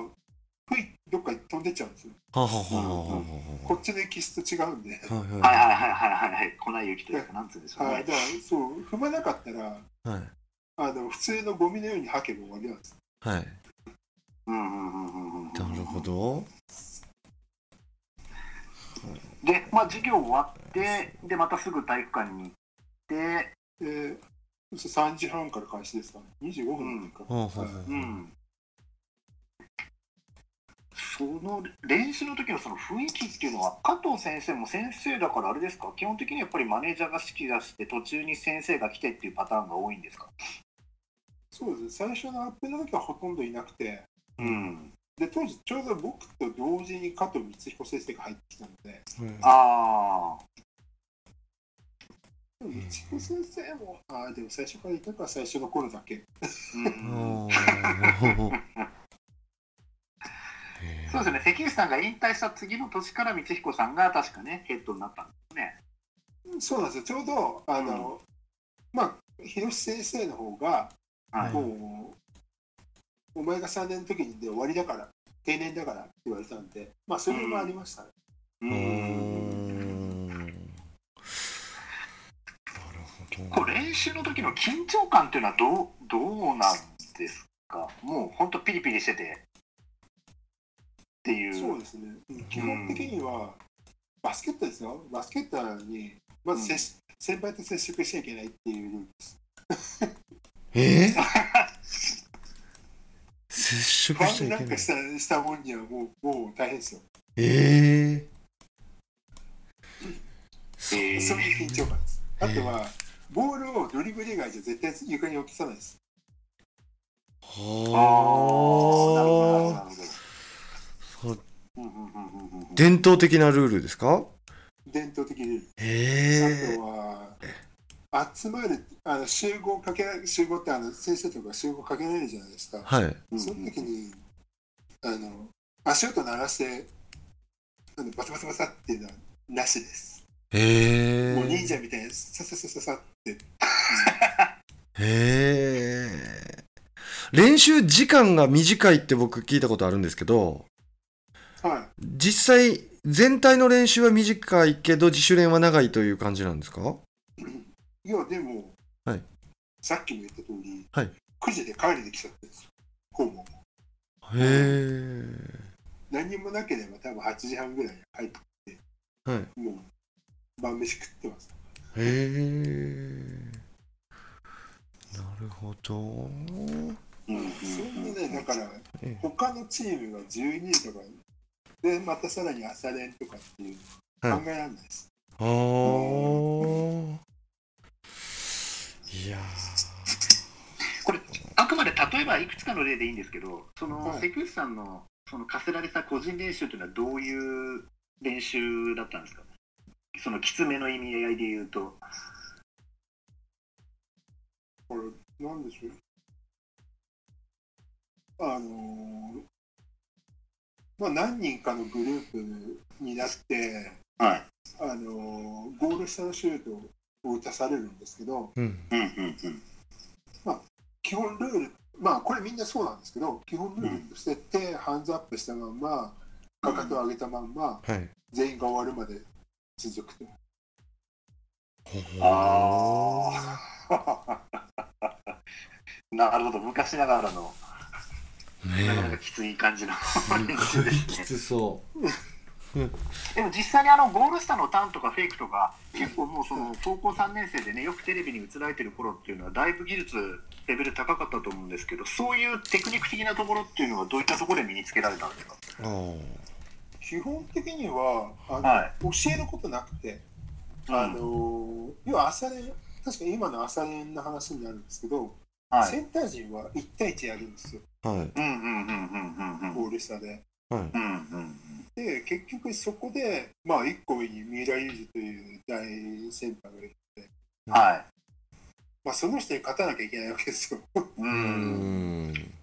ふいどっかに飛んでっちゃうんですよ
はははは
こっちの気質と違うんで、
はは。
はいはい
は
はいはいはいはい。粉雪というか、なんつうんでしょう
はい、
ね。
だからそう踏まなかったら
いはい。
あの普通のゴミのように吐けば終わりなんです
はい。
うんうんうんうんうん。
なるほど。
で、まあ授業終わって、で、またすぐ体育館に行って、
でそう3時半から開始ですかね25分の時か、
ははは
はい
うん。その練習の時のその雰囲気っていうのは加藤先生も先生だからあれですか基本的にやっぱりマネージャーが指揮出して途中に先生が来てっていうパターンが多いんですか
そうです最初のアップの時はほとんどいなくて
うん
で当時ちょうど僕と同時に加藤光彦先生が入ってきたので
ああ
でも光彦先生もああでも最初からいたから最初の頃だけ
うんそうですね関口さんが引退した次の年から光彦さんが確かねヘッドになったんですね
そうなんですよちょうどあの、まあ広瀬先生の方が
はい
もう、お前が3年の時にで終わりだから定年だからって言われたんでまあそれもありましたね、
こう練習の時の緊張感っていうのはどうどうなんですかもう本当ピリピリしててっていう
そうですね、うん基本的にはバスケットですよバスケットにまず接し、先輩と接触しちゃいけないっていうルールです
え接触
フ
し
ァ
ち
ウル
ゃ
ない
け
ん
な
か
い
したしたもんにはもうもう大変ですよ
え
えー
そういう緊張感ですあとはボールをドリブル以外じゃ絶対床に落とさないです
あーなるほどな
はあ
るほどうんうんうんうんうんうん
伝統的なルールですか
伝統的ルールあ
え
とは集まるあの集合かけ集合ってあの先生とか集合かけられるじゃないですか、
はい
その時にあの足音鳴らしてあのバタバタバタっていうのはなしです、
え
もう忍者みたいにさささささって
へえ。練習時間が短いって僕聞いたことあるんですけど、
はい
実際全体の練習は短いけど自主練は長いという感じなんですか
いや、でも、
はい
さっきも言った通り、
はい
9時で帰りできちゃったんですよ、ホーム
へ
も。
え。
何もなければ、多分8時半ぐらいに帰って、
はい。
もう晩飯食ってます。
へえ。なるほど。
うんうんうん
そんなね、だから
ええ、
他のチームが12時とか、で、またさらに朝練とかっていうの考えられないです。
ああ。いや
これあくまで例えばいくつかの例でいいんですけどその
はい
関口さんのその課せられた個人練習というのはどういう練習だったんですかそのきつめの意味合いで言うと
これ、なんでしょう。あのーまあ、何人かのグループになって、
はい
あのゴール下のシュートを打たされるんですけど
ー。うん。
うんうんうん
基本ルールまあこれみんなそうなんですけど基本ルールとして手ハンズアップしたまんまかかとを上げたまんま
はい。
全員が終わるまで続くと
ああ なるほど昔ながらのなかなか
ね
きつい感じの
え。すっごいきつそう。
でも実際にあのゴール下のターンとかフェイクとか結構もうその高校3年生でねよくテレビに映られてる頃っていうのはだいぶ技術レベル高かったと思うんですけどそういうテクニック的なところっていうのはどういったところで身につけられたんですか
ああ。
基本的にはあの、
は
教えることなくてあの、要は朝練確かに今の朝練の話になるんですけど、
はい、
センター陣は1対1やるんですよ
はい。
うんうんうんうんうんうん
ゴール下で。
はい。
うんうん
で結局そこで、まあ、1個上に三浦雄二という大先輩がいて、
うんはい
まあ、その人に勝たなきゃいけないわけですよ
う
うんん。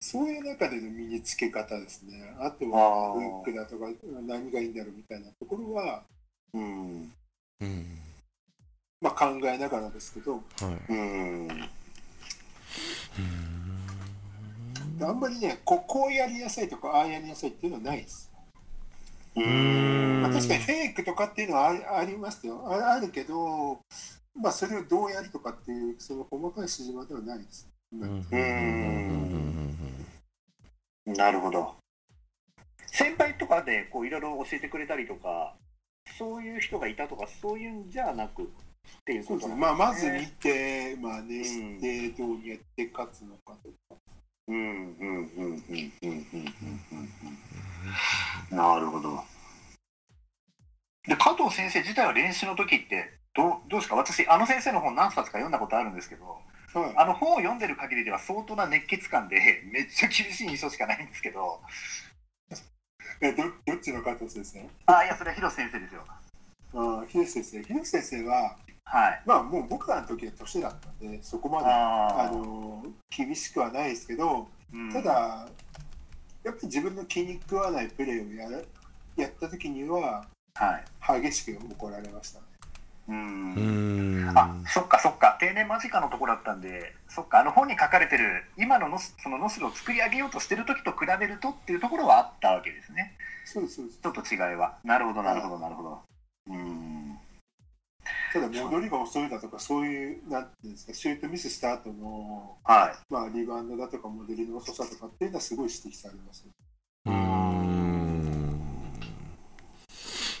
そういう中での身につけ方ですねあと
あ
は
あ
フックだとか何がいいんだろうみたいなところは、
うん
うん。
まあ、考えながらですけど
はい。
うん
あんまりねここうやりなさいとかああやりなさいっていうのはないです、
う
うん
ん
まあ、確かにフェイクとかっていうのはありありますよああるけど、まあ、それをどうやるとかっていうその細かい指示まではないです、
なるほど。先輩とかでこういろいろ教えてくれたりとか、そういう人がいたとか、そういうんじゃなくっていう
そ
こ
うで
と
す
な
ね。
ん
まあ、まず
ね
見て、まあね、して、どうやって勝つのかとか。
うんうんうんうんうんうんうんうんなるほど。で加藤先生自体は練習の時ってどうどうですか私あの先生の本何冊か読んだことあるんですけど
はい
あの本を読んでる限りでは相当な熱血感でめっちゃ厳しい印象しかないんですけど
えどどっちの加藤先生
あいやそれは広瀬先生ですよ
ああ秀吉先生秀吉先生は
はい
まあもう僕らの時は年だったんでそこまであ
あー
の厳しくはないですけど
うん
ただやっぱり自分の気に食わないプレーをやるやった時には
はい
激しく怒られましたね
うん
うん
あそっかそっか定年間近のとこだったんでそっかあの本に書かれてる今ののそのノスルを作り上げようとしてる時と比べるとっていうところはあったわけですね
そうですそうです
ちょっと違いはなるほどなるほどなるほどうん
ただ戻りが遅いだとかそういうなんていうんですかシュートミスした後の
はい
まあリバウンドだとか戻りの遅さとかっていうのはすごい指摘されますね
うん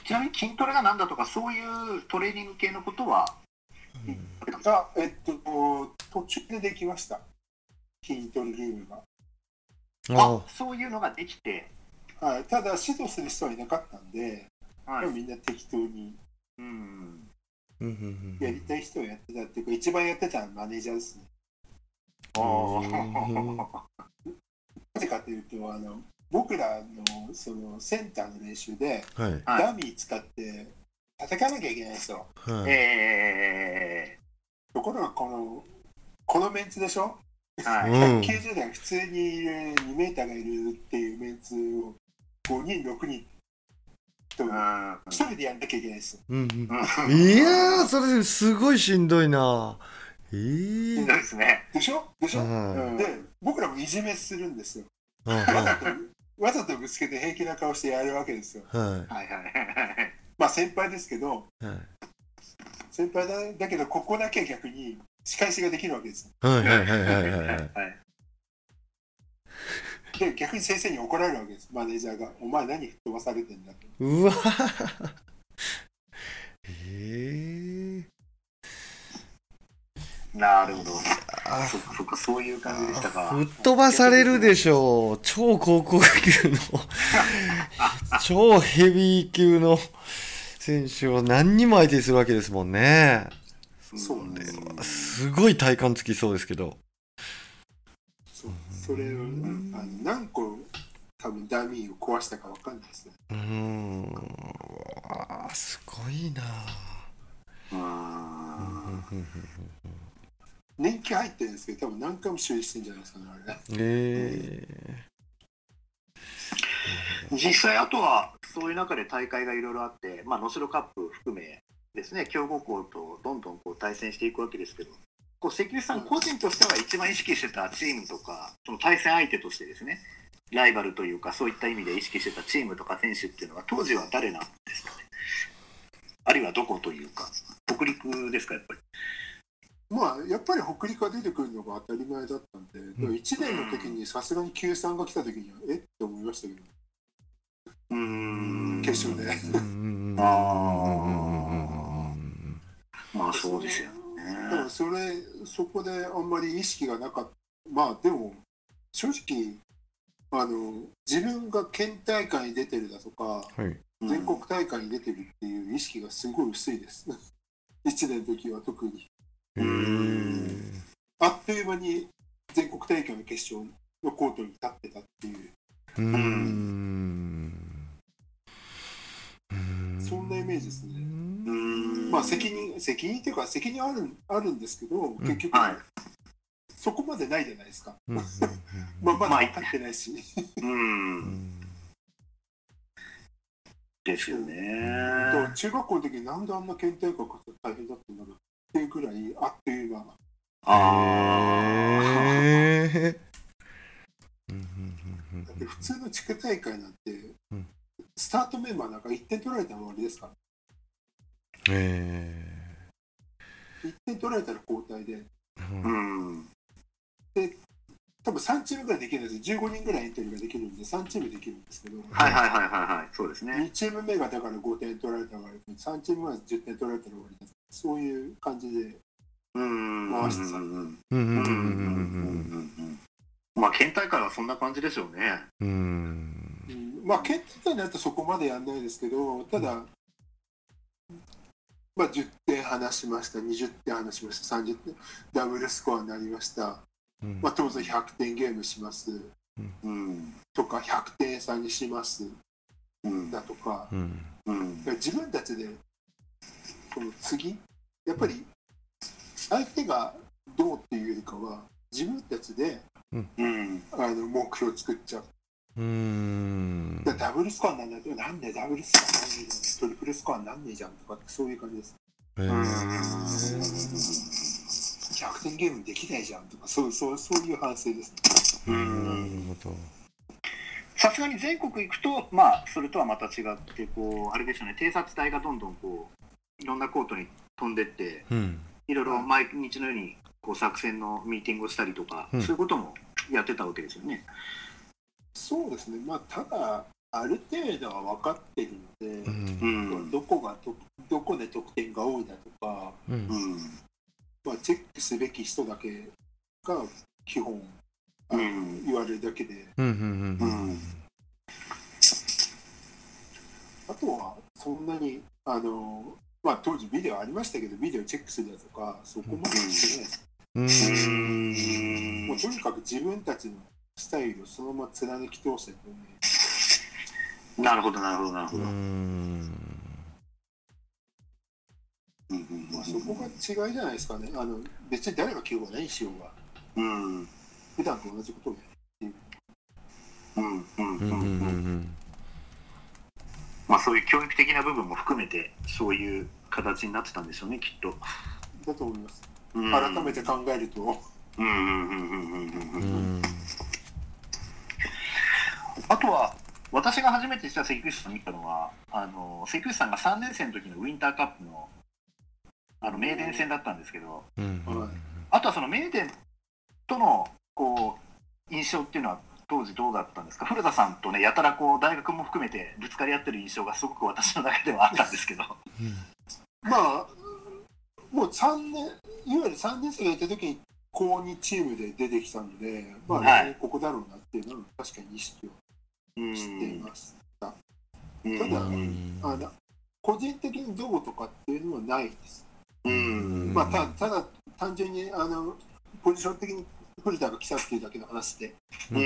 ちなみに筋トレが何だとかそういうトレーニング系のことは
あえっと途中でできました筋トレルームが
あ
あそういうのができて
はい、ただ指導する人はいなかったんで、
はい
みんな適当に
うん
うんうんう
や
ん
りたい人をやってたっていうか、一番やってたのはマネージャーですね。
あ
うん
ー
なぜかというと、あの僕らのそのセンターの練習で、
はい
はい
ダミー使って叩かなきゃいけないんですよ。
はい
え
ところがこの、このメンツでしょ、
ー、はい
うん
90代普通にいる2メーターがいるっていうメンツを5人、6人と
う
1
ん
人でやんなきゃいけないんですよ。
うんうん
うん
いやーそれすごいしんどいなえ
そう
ー
ですね
でしょでしょ、
は
で、僕らもいじめするんですよ。
いは
わざとぶつけて平気な顔してやるわけですよ。
いは
はいはいはい
まあ先輩ですけど、
いはい
先輩だだけど、ここだけは逆に仕返しができるわけですよ。
はいはいはいはいはいはい
はい
で、逆に先生に怒られるわけです、マネージャーが。お前何吹っ飛ばされてんだって。
うわーえー
なるほど。
あ
そっかそっか、そういう感じでしたか。
吹っ飛ばされるでしょう超高校級の超ヘビー級の選手を何にも相手にするわけですもんね
そうね
すごい体幹つきそうですけど
そうそれを
ん
あの何個多分ダミーを壊したかわかんないですね。
うーんうわーすごいな
うーん。
年季入ってるんですけど、多分何回も修理してんじゃないですかね、あれ。
え
実際、あとは、そういう中で大会がいろいろあって、まあ、能代カップ含めですね、強豪校とどんどんこう対戦していくわけですけど、こう関口さん個人としては一番意識してたチームとか、その対戦相手としてですね、ライバルというか、そういった意味で意識してたチームとか選手っていうのは、当時は誰なんですかね。あるいはどこというか、北陸ですか、やっぱり。
まあ、やっぱり北陸が出てくるのが当たり前だったんで、でも1年の時にさすがに Q 3が来た時には、えって思いましたけど、
うーん
決勝で。
ーうんうんうんうんうんうんうん
あ
うんうん
まあそうですよね。
だからそれそこであんまり意識がなかったまあでも正直あの自分が県大会に出てるだとか
はい
全国大会に出てるっていう意識がすごい薄いです 一年の時は特に
えー
あっという間に全国大会の決勝のコートに立ってたっていう
うーんうーん
そんなイメージですね
うーん
まあ責任責任っていうか責任あるあるんですけど結局
はい。
そこまでないじゃないですか、
うんうん
まあ、まだ勝ってないし
う
う。
んん
ですよね。
だから中学校の時になんであんな県大会が大変だったんだろうっていうくらいあっという間
あ
へーうんうん
だって普通の地区大会なんて、
うん
スタートメンバーなんか1点取られたら終わりですから
うんうんえ
1点取られたら交代で
ー
あ。うん。
多分3チームぐらいできるんですよ15人ぐらいエントリーができるんで3チームできるんですけど、
はいはいはいはいはい。そうですね。
2チーム目がだから5点取られたら終わり3チーム目が10点取られたら終わりですそういう感じで
うん。うんうんうんうんうんうんうんまあ、県大会はそんな感じでしょうね。
うーん。
うんまあ、県大会になったらそこまでやんないですけど、ただ、まあ、10点離しました、20点離しました、30点、ダブルスコアになりました、
うん
まあ、当然100点ゲームします
うん。
とか、100点差にします
うん。
だとか、
うん。
うん
だか。ら自分たちで、その次、やっぱり相手がどうっていうよりかは、自分たちで
うん。
あの目標を作っちゃう。
うーん
だからダブルスコアになんないと、なんでダブルスコアなんねえじゃん、トリプルスコアになんねえじゃんとかって、そういう感じです。
え
うん
100点ゲームできないじゃんとか、そうそうそういう反省です、
ー
うん
なるほど。
さすがに全国行くと、まあ、それとはまた違って、こう、あれでしょうね、偵察隊がどんどんこう、いろんなコートに飛んでって、
うん。
いろいろ毎日のように、こう、作戦のミーティングをしたりとか、
うん
そういうこともやってたわけですよね。
そうですね、まあ、ただ、ある程度は分かってるの
う
で、
ん。
うん。
どこがとどこで得点が多いだとか、
うん
う。ん。
まあ、チェックすべき人だけが基本、あの
うん
言われるだけで、
うん。うん。うん。
あとはそんなに、あのまあ、当時、ビデオありましたけど、ビデオチェックするだとか、そこまでしてないです。
うん。
うん
もうとにかく自分たちのスタイルをそのまま貫き通してるので
なるほど、なるほど、なるほ
う
ど。
ん。
うんうん
まあ、そこが違いじゃないですかね。あの別に誰が着ようが何しようが、
うん。
普段と同じことをやる。
うんうん
う。
うん
うん
うん
ん。
まあそういう教育的な部分も含めてそういう形になってたんでしょうねきっと、
だと思います。
うん
改めて考えると、
うんうんうんうんうんう
うん
うん
ん。
あとは私が初めて実は関口さん見たのはあの関口さんが3年生の時のウィンターカップのあの名電戦だったんですけど
うん。
あとはその名電とのこう印象っていうのは当時どうだったんですか古田さんとねやたらこう大学も含めてぶつかり合ってる印象がすごく私の中ではあったんですけど。
まあ、もう3年、いわゆる3年生がいた時に、高2チームで出てきたので、まあ、
はい
来年ここだろうなっていうのは確かに意識を
うん
しています。
うん
ただあの個人的にどうとかっていうのはないです。
うん
まあ、たただ、単純にあのポジション的に古田が来たっていうだけの話で、
うん。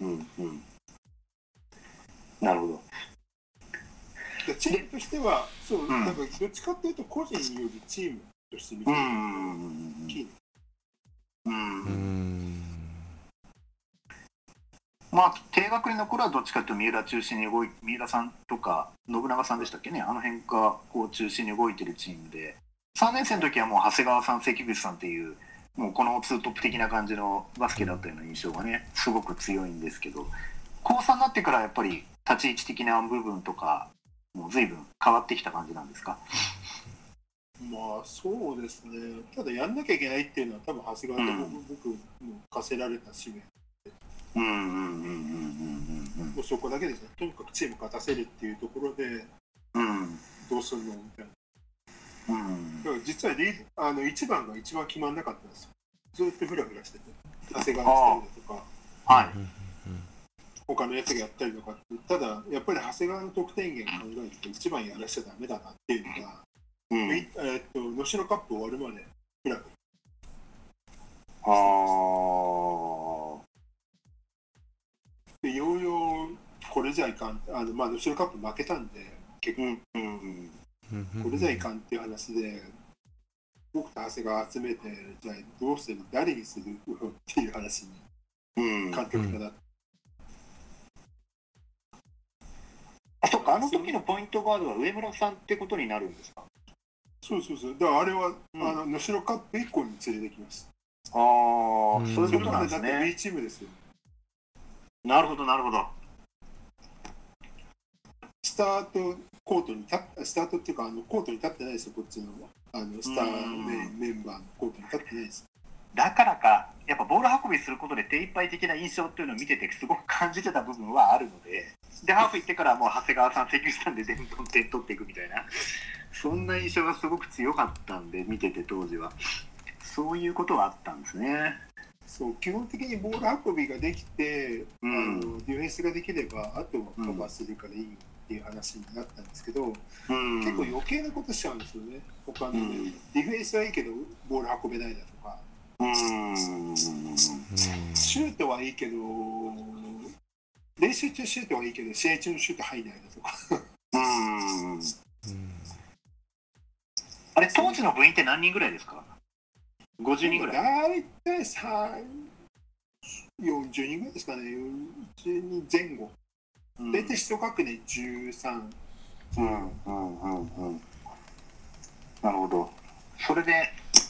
うん。
なるほど。
でチームとしては、そう、
ん
なんかどっちかっていうと、個人よりチームとして見て
う
る
ん
大きい
うん
ん。
まあ低学年の頃はどっちかというと三浦中心に動い三浦さんとか信長さんでしたっけねあの辺がこう中心に動いてるチームで3年生の時はもう長谷川さん関口さんっていうもうこのツートップ的な感じのバスケだったような印象がねすごく強いんですけど高3になってからやっぱり立ち位置的な部分とかもう随分変わってきた感じなんですか
まあそうですね、ただやんなきゃいけないっていうのは、多分長谷川と僕,、
う
僕も課せられた使命、
うんうんうんうんうん
もうそこだけですね、とにかくチーム勝たせるっていうところで、
うんうん
どうするのみたいな、
うん
だから実はリーあの1番が一番決まんなかったんですよ、ずっとフラフラしてて、長谷川したりだとか、
はい。
他のやつがやったりとかって、ただやっぱり長谷川の得点源考えると、1番やらしちゃだめだなっていうのが、
うん
いえーっと能代カップ終わるまで、フラフラ。
あー
でようようこれじゃいかんあの、まあ、能代カップ負けたんで結
う
局
んうん
これじゃいかんっていう話で、僕と長谷川集めてじゃあどうする誰にするっていう話に
うん
監督からなって、
あそっかあの時のポイントガードは上村さんってことになるんですか
そうそうそうだからあれは、
ん
あの能代カップ以降に連れてきます
ああ、
うん
そうい
そうれ
ことな
ま
んで
で
す
だって B
ね
チームですよ
なるほどなるほど
スタートコートに立っスタートっていうかあのコートに立ってないですよこっちのあのスターメインメンバーのコートに立ってないです
だからかやっぱボール運びすることで手一杯的な印象っていうのを見ててすごく感じてた部分はあるのででハーフ行ってからはもう長谷川さん関口さんでどんどん点取っていくみたいなそんな印象がすごく強かったんで見てて当時はそういうことはあったんですね
そう基本的にボール運びができて、
うん
あのディフェンスができればあとはカバーするからいいっていう話になったんですけど、
うん
結構余計なことしちゃうんですよね他の、
うん
ディフェンスはいいけどボール運べないだとか
うん
シュートはいいけど練習中シュートはいいけど試合中のシュート入らないだとか
うん
うん
あれ当時の部員って何人ぐらいですか50人ぐらい
大体3 40人ぐらいですかね40人前後大体一学年13
うんうんうんうんなるほどそれで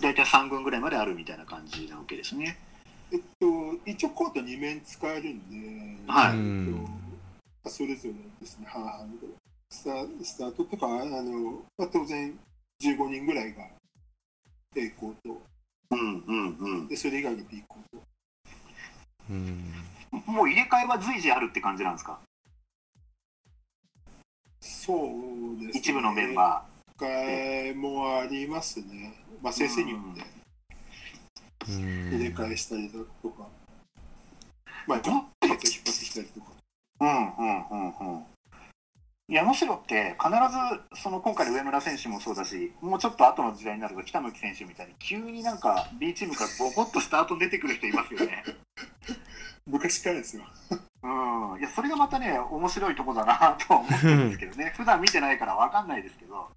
大体3軍ぐらいまであるみたいな感じなわけですね
えっと、一応コート2面使えるんで、
はい
えっと、それぞれですね、半々ぐらいスタスタートとか、あのまあ、当然15人ぐらいが A コート、
うんうんうん
でそれ以外が B コート。
うん
もう入れ替えは随時あるって感じなんですか
そうです、ね、
一部のメンバ
ー。替えもありますね、まあ、先生によって
うん
入れ替えしたりだとか、まあ、ちょっとやつを引っ張ってきたりとか。
ーうんうんうんうんいやむしろって必ずその今回の上村選手もそうだしもうちょっと後の時代になると北野木選手みたいに急になんか B チームからボコッとスタートに出てくる人いますよね
昔からですよ。
うんいやそれがまたね面白いとこだなとは思ってるんですけどね普段見てないから分かんないですけど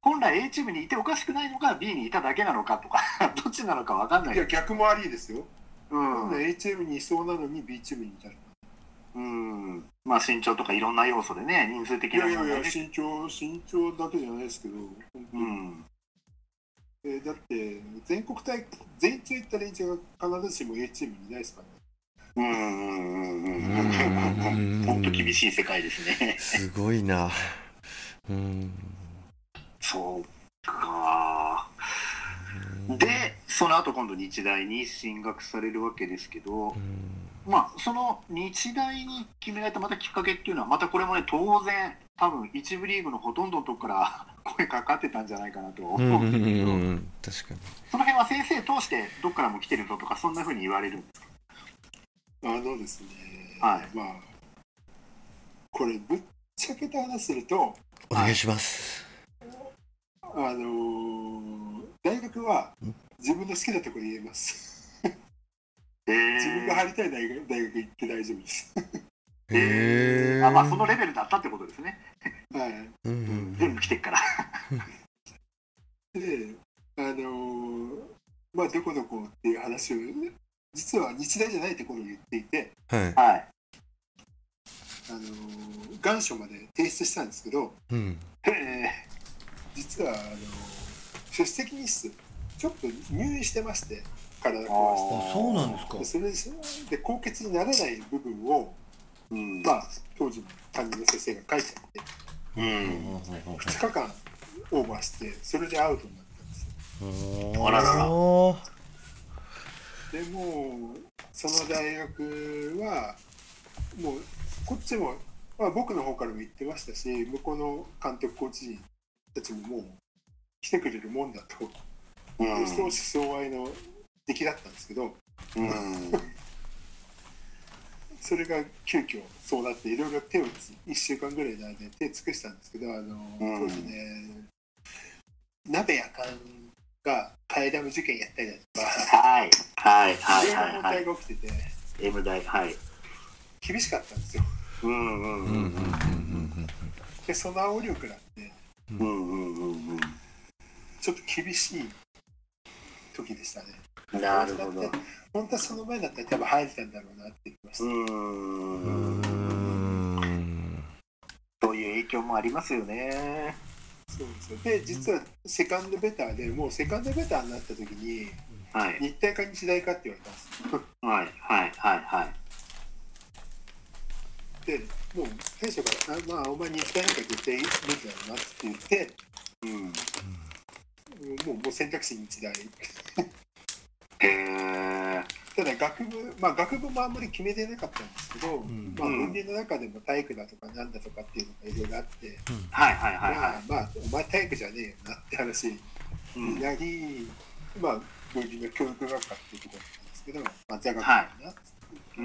本来 A チームにいておかしくないのか B にいただけなのかとかどっちなのか分かんない
いや、逆もありですよ。
うん、
A チームにいそうなのに B チームにいたり。
うん、まあ身長とかいろんな要素でね人数的
い
な
や
も
い
の
や
も
いや、
ね
身長、身長だけじゃないですけど、
うん
えーだって、全国大会、全中行った連中が必ずしも A チームにいないですからね。
うんうんうん
うんうんうん
本当厳しい世界ですね
すごいな。うん。
そうかでその後今度日大に進学されるわけですけど
うん
まあその日大に決められたまたきっかけっていうのはまたこれもね当然多分一部リーグのほとんどのとこから 声かかってたんじゃないかなと
う
思
ん
う
うんん
ですけど、
うんうん確かに。
その辺は先生通してどっからも来てるぞとかそんな風に言われるんですか
あのですね、
はい
まあ、これ、ぶっちゃけた話すると、
お願いします。
あのー大学は自分の好きなところ言えます。
えー
自分が入りたい大学大学行って大丈夫です。
へえ。
あまあそのレベルだったってことですね、
はい。
うんうん
全部来てっから。
で、あのーまあ、どこどこっていう話を、実は日大じゃないところを言っていて、
うん。はい。
はい、
あのー願書まで提出したんですけど
うん。
え
実はあのー出席日数ちょっと入院してまして体
あ
が壊
ーそうなんです
か
してでそれで高血にならない部分を、
うん
まあ、当時の担任の先生が書いちゃって
うん、
2日間オーバーしてそれでアウトになったんですよ
あららら
でもうその大学はもうこっちも、まあ、僕の方からも言ってましたし向こうの監督コーチ陣たちももう来てくれるもんだと
うん
相思相愛の出来だったんですけど
うん
それが急遽そうなっていろいろ手をつ1週間ぐらいの間に手を尽くしたんですけどあの
うん
当時ね、鍋やかんが替え玉受験やったりだとか
はいはいはい
ろいろ
はい
問
はい
題が起きてて
M 大はい
厳しかったんですよ
うんう
う
んうん
うん
ん
でその煽りを食らって
うんうんうん
ちょっと厳しい時でしたね
うんなるほど
本当はその前だったら多分入れたんだろうなって言ってました、
うん
うんうん。
そういう影響もありますよね
そうですよで実はセカンドベターでもうセカンドベターになった時に
はい
日体か日大かって言われたんですよ
はいはいはいはい
でもう弊社から「あまあお前に行きたいなんか絶対無理だろうな」って言って
うん
もうもう選択肢日大
へえ
ただ学部まあ学部もあんまり決めてなかったんですけど、
ん
まあ文理の中でも体育だとかなんだとかっていうのがいろいろあって、
はいはいはい
ま
は
あまあお前体育じゃねえよなって話
いうん
になり、まあ文理の教育学科っていうところなんですけど、松坂
はい
君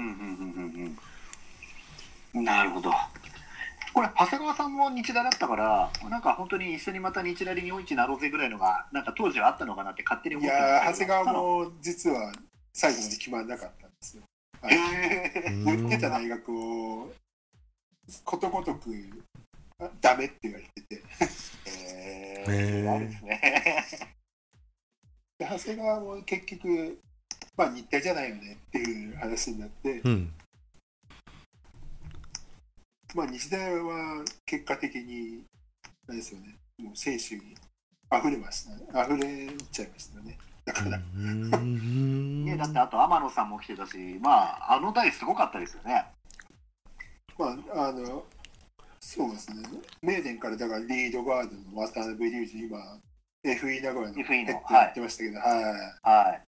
う
な、
んうんうんうんうん。なるほど。これ長谷川さんも日大だったから、なんか本当に一緒にまた日大で日本一になろうぜぐらいのが、なんか当時はあったのかなって勝手に
い、
思って
やー
ま
長
すけ
谷
ど
川。も実は最後まで決まらなかったんですよ。はい
へー
持ってた大学をことごとくあダメって言われてて
え
へー
ー、あれですね。
で長谷川も結局まあ日体じゃないよねっていう話になって、
うん。
まあ日大は結果的にあれですよねもう選手に溢れましたね溢れちゃいましたねだから、
うん
ね、だってあと天野さんも来てたし、まあ、あの代すごかったですよね。
まああのそうですね名電からだからリードガードの渡辺隆二今 FE 名古屋のヘ
FE
ッ
の
ドやってましたけどはい
は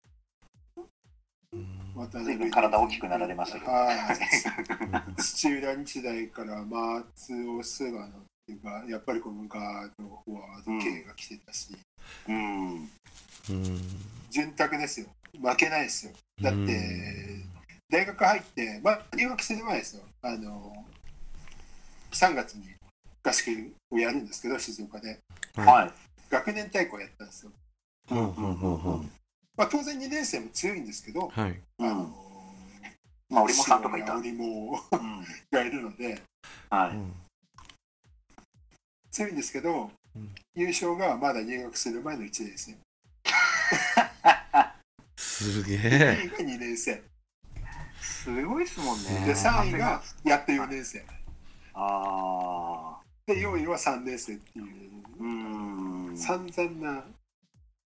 また
い。随分体大きくなられましたけど。
はい。 土浦日大から松尾菅野っていうか、やっぱりこのガード、フォワード系が来てたし、
うん。
うん
潤沢ですよ。負けないですよ。だって、
うん
大学入って、まあ、留学してる前ですよ。あの、3月に合宿をやるんですけど、静岡で。
はい。
学年対抗やったんですよ。
うんうんうんうん
まあ、当然2年生も強いんですけど、
はい。
う
あの
ん。、まあ、折茂さんとかいた。う
折茂
ん。
がいるので、
は
う
い。
ん
強いんですけど、
うん
優勝がまだ入学する前の1年生、
すげえ。
2位が2年生、
すごいですもんね。
で3位がやっと4年生、
ああ、
で4位は3年生っていう、
うーん。
散々な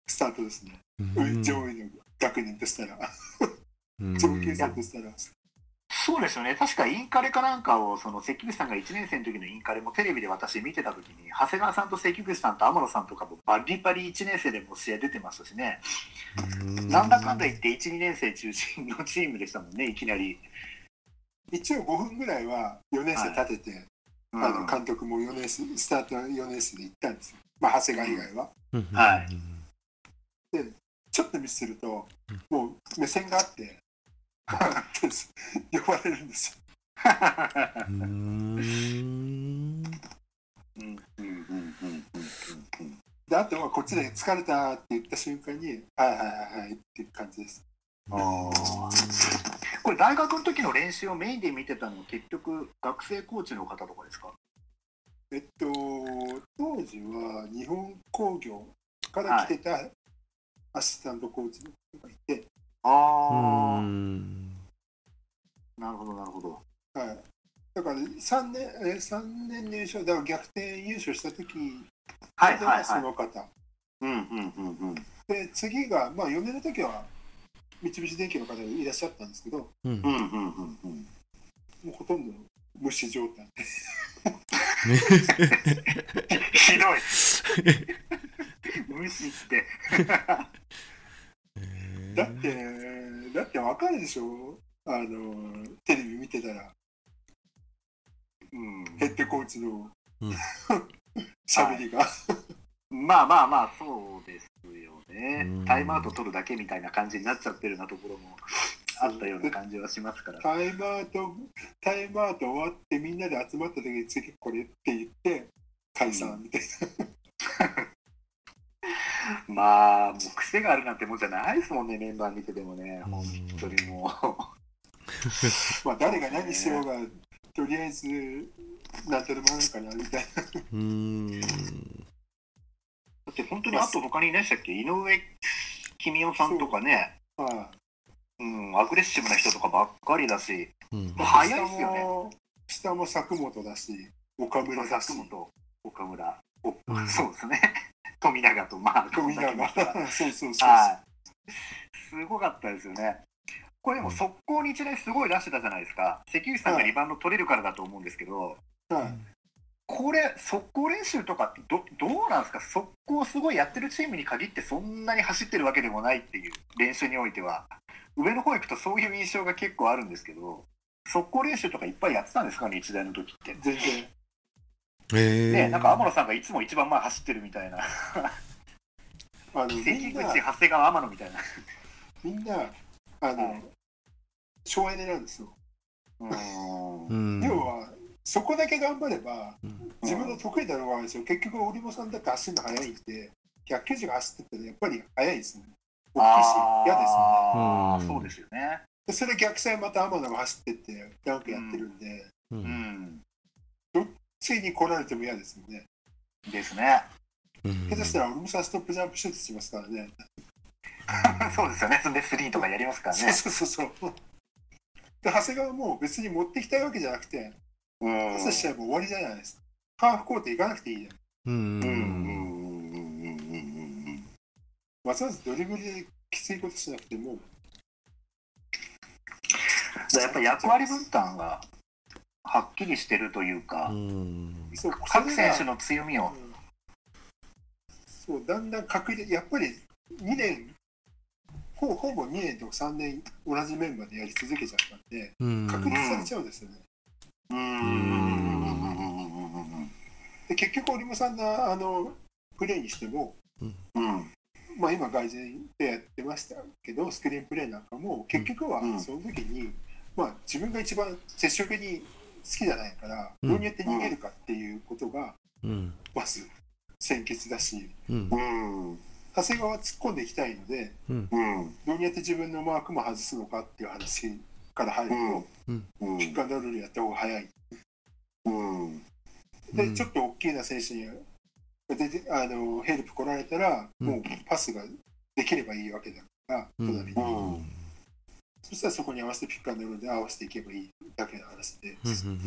スタートですね、
うん
上位の学年としたら、
うん
上級生としたら、
そうですよね。確かインカレかなんかを、その関口さんが1年生の時のインカレもテレビで私見てた時に、長谷川さんと関口さんと天野さんとかもバリバリ1年生でも試合出てましたしね。
うん
なんだかんだ言って1、2年生中心のチームでしたもんね、いきなり。
一応5分ぐらいは4年生立てて、
うん
あの監督も4年生スタートは4年生で行ったんですよ、まあ、長谷川以外は。
うん
は
ちょっとミスすると、もう目線があって、呼ばれるんですよ。
うん
うんうんうんうんうんうん
で、あとはこっちで疲れたって言った瞬間に、はいはいはいはいっていう感じです。
あーこれ大学の時の練習をメインで見てたのは結局学生コーチの方とかですか
えっと、当時は日本工業から来てたアシスタントコーチの人がいて、
う
あ
ん
あなるほどなるほど
はいだから3年、えー三年入賞、だから逆転優勝した時
はいはい
そ
はい
の方。
うんうんうんうん
で、次が、まあ4年の時は三菱電機の方がいらっしゃったんですけど、
うん
うんうんうんうん
もうほとんど無視状態。
ひどい無視って
だって、だってわかるでしょあの、テレビ見てたら、
うん
ヘッドコーチの
うん
喋、りが。
まあまあまあそうですよね
うん
タイムアウト取るだけみたいな感じになっちゃってるなところもあったような感じはしますから
タイムアウト、タイムアウト終わってみんなで集まった時に次これって言って、解散みたいな。
まあもう癖があるなんてもんじゃないですもんねメンバー見ててもね本当にもう
まあ誰が何しようが、とりあえず、なんとでもなるかなみたいな。
うん
だって本当にあと他にいないでしたっけ井上君雄さんとかね
まあ、
うんアグレッシブな人とかばっかりだし
うん
早いっすよね
下も、下も佐久本だし、岡村だし
佐久、間と岡村、お
うん
そうですね 富永とまあ
富
こんだけの人が
永。そうそうそうそう。
はいすごかったですよねこれでも速攻に一連すごい出してたじゃないですか関口さんがリバウンド取れるからだと思うんですけど、
はい
これ速攻練習とかってどどうなんですか速攻すごいやってるチームに限ってそんなに走ってるわけでもないっていう練習においては上の方行くとそういう印象が結構あるんですけど速攻練習とかいっぱいやってたんですかね一大の時って
全然。
え
ねなんか天野さんがいつも一番前走ってるみたいな
あのみ
関
んな
口長谷川天野みたいな
みんなあの、省エネなんですよ。
う。
うん
要は、そこだけ頑張れば、
うん
自分の得意なのはですよ、結局、折茂さんだって走るの速いんで、190が走ってたらやっぱり速いですね。大きいし、嫌ですね。
あー
うん
そうですよね。
でそれ逆さにまた天野が走ってって、なんかやってるんで、
う
うんん。
ついに来られても嫌ですよね。
ですね。
うん
下手したら、折茂さんストップジャンプシュートしますからね。
そうですよね。そんで3とかやりますから
そう
ね。
そうそうそう。で、長谷川も別に持ってきたいわけじゃなくて、
うん
パスしちゃえば終わりじゃないですか。ハーフコート行かなくていいじゃ
う
ん。
ん
うんうんうんうんうんうん
わざわざドリブルできついことしなくても、
うん。やっぱ役割分担がはっきりしてるという
う
か、
ん
そう
各選手
の、
の強みを。
うんそう、だんだん確率、やっぱり2年、ほほぼ2年とか3年同じメンバーでやり続けちゃったんで、
うん
確立されちゃうんですよね。
うんうんうんうんうんうん
で、結局、折茂さんのあのプレーにしても、
うんうん。
まあ、今、外人でやってましたけど、スクリーンプレーなんかも、結局は
うん
その時に、まあ、自分が一番接触に好きじゃないから、
うん
どうやって逃げるかっていうことが、
うん
まず先決だし、
うん
うん
長谷川は突っ込んでいきたいので、
うん
うん
どうやって自分のマークも外すのかっていう話から入る
う
と、キッ
ん
クアンドロールやった方が早い。
うん
う
で、
ん
ちょっと大きな選手にでであのヘルプ来られたら、
うん
もうパスができればいいわけだから、
うん
隣に
うん
そしたらそこに合わせてピックアンドロールで合わせていけばいいだけの話で、
うん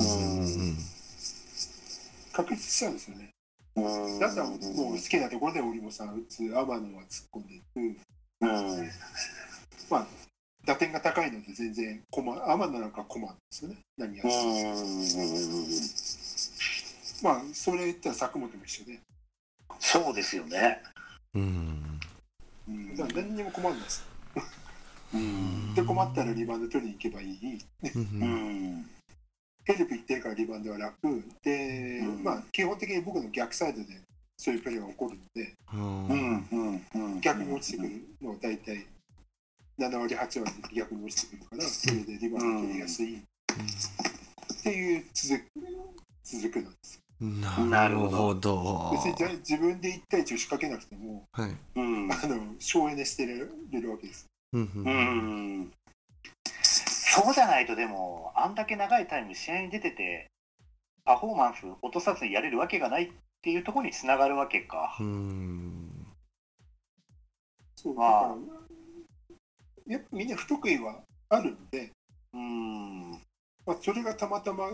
確立しちゃうんですよね。
うん
だからもう好きなところで折茂さん打つ、天野は突っ込んでいく、
うん
打点が高いので全然困る、天野なんか困るんですよね、何やってもまあ、それ言ったら佐久本も一緒で、
そうですよね。
うん
うん
だから何にも困らないです。
うん
で、困ったらリバウンド取りに行けばいい、
うん
うん
ヘルプ行ってるからリバウンドは楽、で、
うん
まあ、基本的に僕の逆サイドでそういうプレーが起こるので、
うん
うんうんうん
逆に落ちてくるのは大体7割、8割逆に落ちてくるから、それでリバウンド取りやすいっていう続く続くなんです。
なるほど
別にじゃ自分で1対1を仕掛けなくても、
はい
うん
あの省エネしてれるわけです。
うんう
うんんそうじゃないとでもあんだけ長いタイム試合に出ててパフォーマンス落とさずにやれるわけがないっていうところにつながるわけか
う。ん
そうだ
ああ
からやっぱみんな不得意はあるんで、
うん
まあ、それがたまたま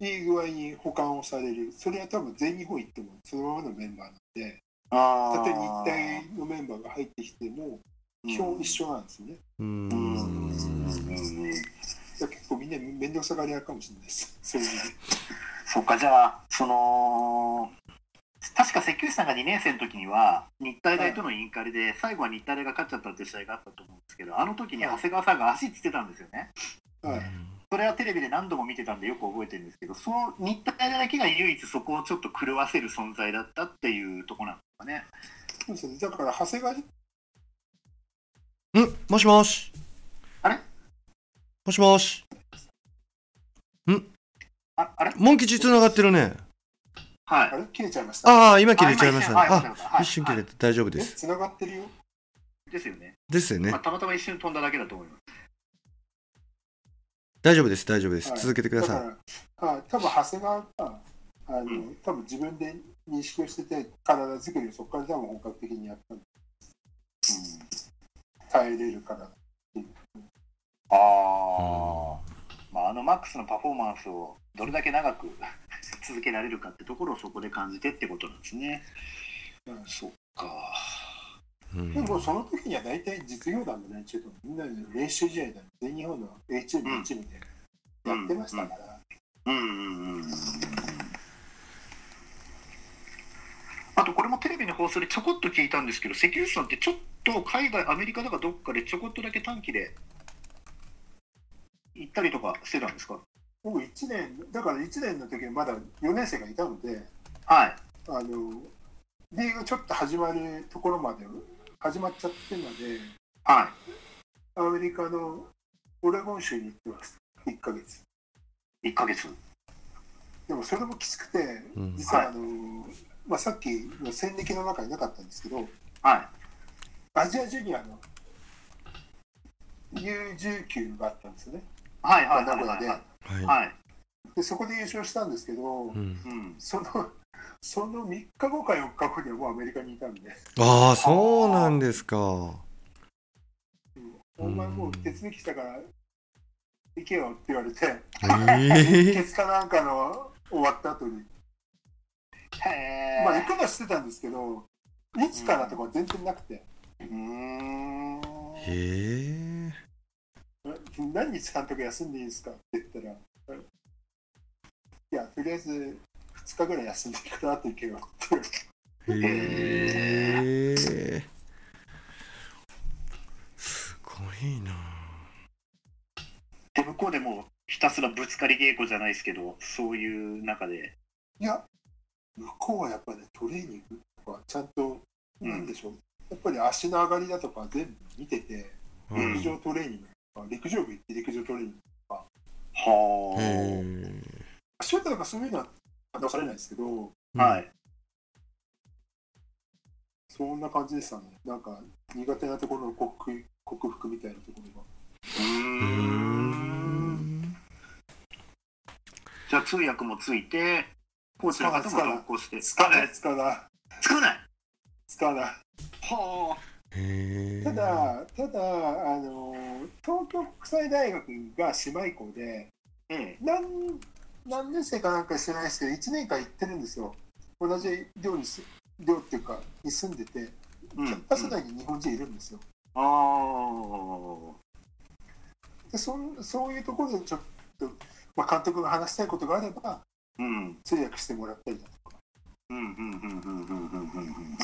いい具合に保管をされる、それは多分全日本行ってもそのままのメンバーなんで、
あ
た
ー
とえ日体のメンバーが入ってきても、基本一緒なんですよね。
うん
うんうんうんうん
だから結構みんな面倒くさがり屋かもしれないです。 そういう意味で。
そっかじゃあその確か関口さんが2年生の時には日体大とのインカレで最後は日体大が勝っちゃったっていう試合があったと思うんですけどあの時に長谷川さんが足つってたんですよね
はい。
それはテレビで何度も見てたんでよく覚えてるんですけどその日体大だけが唯一そこをちょっと狂わせる存在だったっていうところなんですかね
そうですね。だから長谷川
うんもしもし
あれ
もしもし
ああれ
モン吉つながってるね
はい
あれ切れちゃいました。
ああ今切れちゃいましたねあ
あ
一瞬切れて大丈夫
え
です
繋がってるよ。
ですよね、
ですよね
まあ、たまたま一瞬飛んだだけだと思います
大丈夫です大丈夫です
はい
続けてくだ
だ
さい
から、はい、多分長谷川が、あの、
ん
多分自分で認識をしてて、体作りをそこから多分本格的にやったんで耐えれるから。
ああ、まあ、あのマックスのパフォーマンスをどれだけ長く 続けられるかってところをそこで感じてってことなんですね。
うん
そっか。
うん
でもその時には大体実業団の連中とみんなで練習試合だ全日本の A チーム、
うん
B チームでやってましたから、
うんうんうん。あとこれもテレビの放送でちょこっと聞いたんですけど、関口さんってちょっと海外、アメリカとかどっかでちょこっとだけ短期で行ったりとかしてたんですか
僕1年、だから1年の時はまだ4年生がいたので、
はい。
あのリーグちょっと始まるところまで、始まっちゃってまで、
は
アメリカのオレゴン州に行ってます1ヶ月
1ヶ月。
でもそれもきつくて
うん
実はあの、まあ、さっきの戦歴の中になかったんですけど
は
アジアジュニアの U19 があったんですよね、
い。はいはい
名
はい
古
は
屋
い
で
はい。
は
はい。
でそこで優勝したんですけど、
い。うん、
うん。
そのその3日後か4日後にはもうアメリカにいたんで
ああ、そうなんですか。
お前もう手続きしたから行けよって言われて、
え
ケツかなんかの終わった後に、
へ
まあ行
え。
くのはしてたんですけど、いつからとかは全然なくて、
うーん。
えへえ。
何日監督休んでいいですかって言ったら、いや、とりあえず2日ぐらい休んでから後行けよって言われて、
へえ。すごいな。
で、向こうでもうひたすらぶつかり稽古じゃないですけど、そういう中で。
いや、向こうはやっぱね、トレーニングとか、ちゃんと、なんでしょう、やっぱり足の上がりだとか全部見てて、
う
うん
ん
陸上トレーニングとか、陸上部行って陸上トレーニング。
は
へ
ー
シュートとかそういうのは出されないですけど、
え。。
はいい。
そんな感じでしたね。なんか苦手なところの克服克服みたいなところが。
う
う
ーん。
ん
じゃあ通訳もついて、コーチの方も同行して。
つかな
え
い、つかない、
つかない。
つかない。
は
へえ。
ただ、ただ、あの東京国際大学が姉妹校で、
あ。ええ。
なん何年生かなんか知らないですけど、1年間行ってるんですよ。同じ寮にす寮っていうかに住んでて、
うん。
キャンパス内に日本人いるんですよ。
ああ。
でそんそういうところでちょっと、まあ、監督が話したいことがあれば
うん。
通訳してもらったりだとか
うんうんうんうんうんうんうんうん。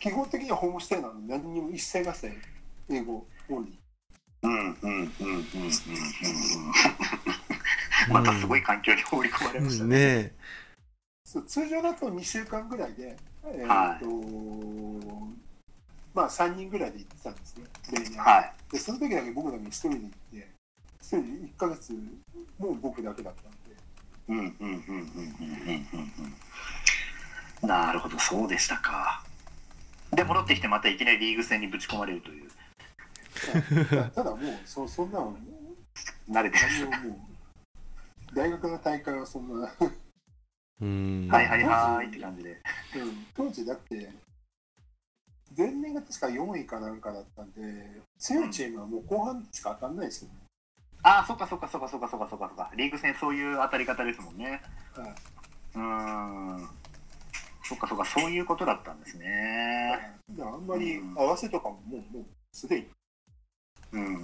基本的にはホームステイなので何にも一切合切英語オンリー
うんうんうんうんうんうんうん。またすごい環境に放り込まれましたね。
ね
そう通常だと2週間ぐらいで、えー
はい
とまあ、3人ぐらいで行ってたんですね例年
はい。
でその時だけ僕だけ1人で行って1人1ヶ月もう僕だけだったんで
うんうんうんうんうんうんうん。なるほど、そうでしたか。で、戻ってきてまたいきなりリーグ戦にぶち込まれるという。
たただもうそそんなの
慣れてる。
何ももう大学の大会はそんな、う
え。うん。
はいはいはいって感じで。
ん当時だって前年が確か4位かなんかだったんで強いチームはもう後半しか当たんないですよね
ああ、そっかそっかそっかそっかそっかそっかそっか。リーグ戦そういう当たり方ですもんね。
はいう
ーん。そっかそっか、そういうことだったんですね。
だからあんまり合わせとかももうもうすで
うん。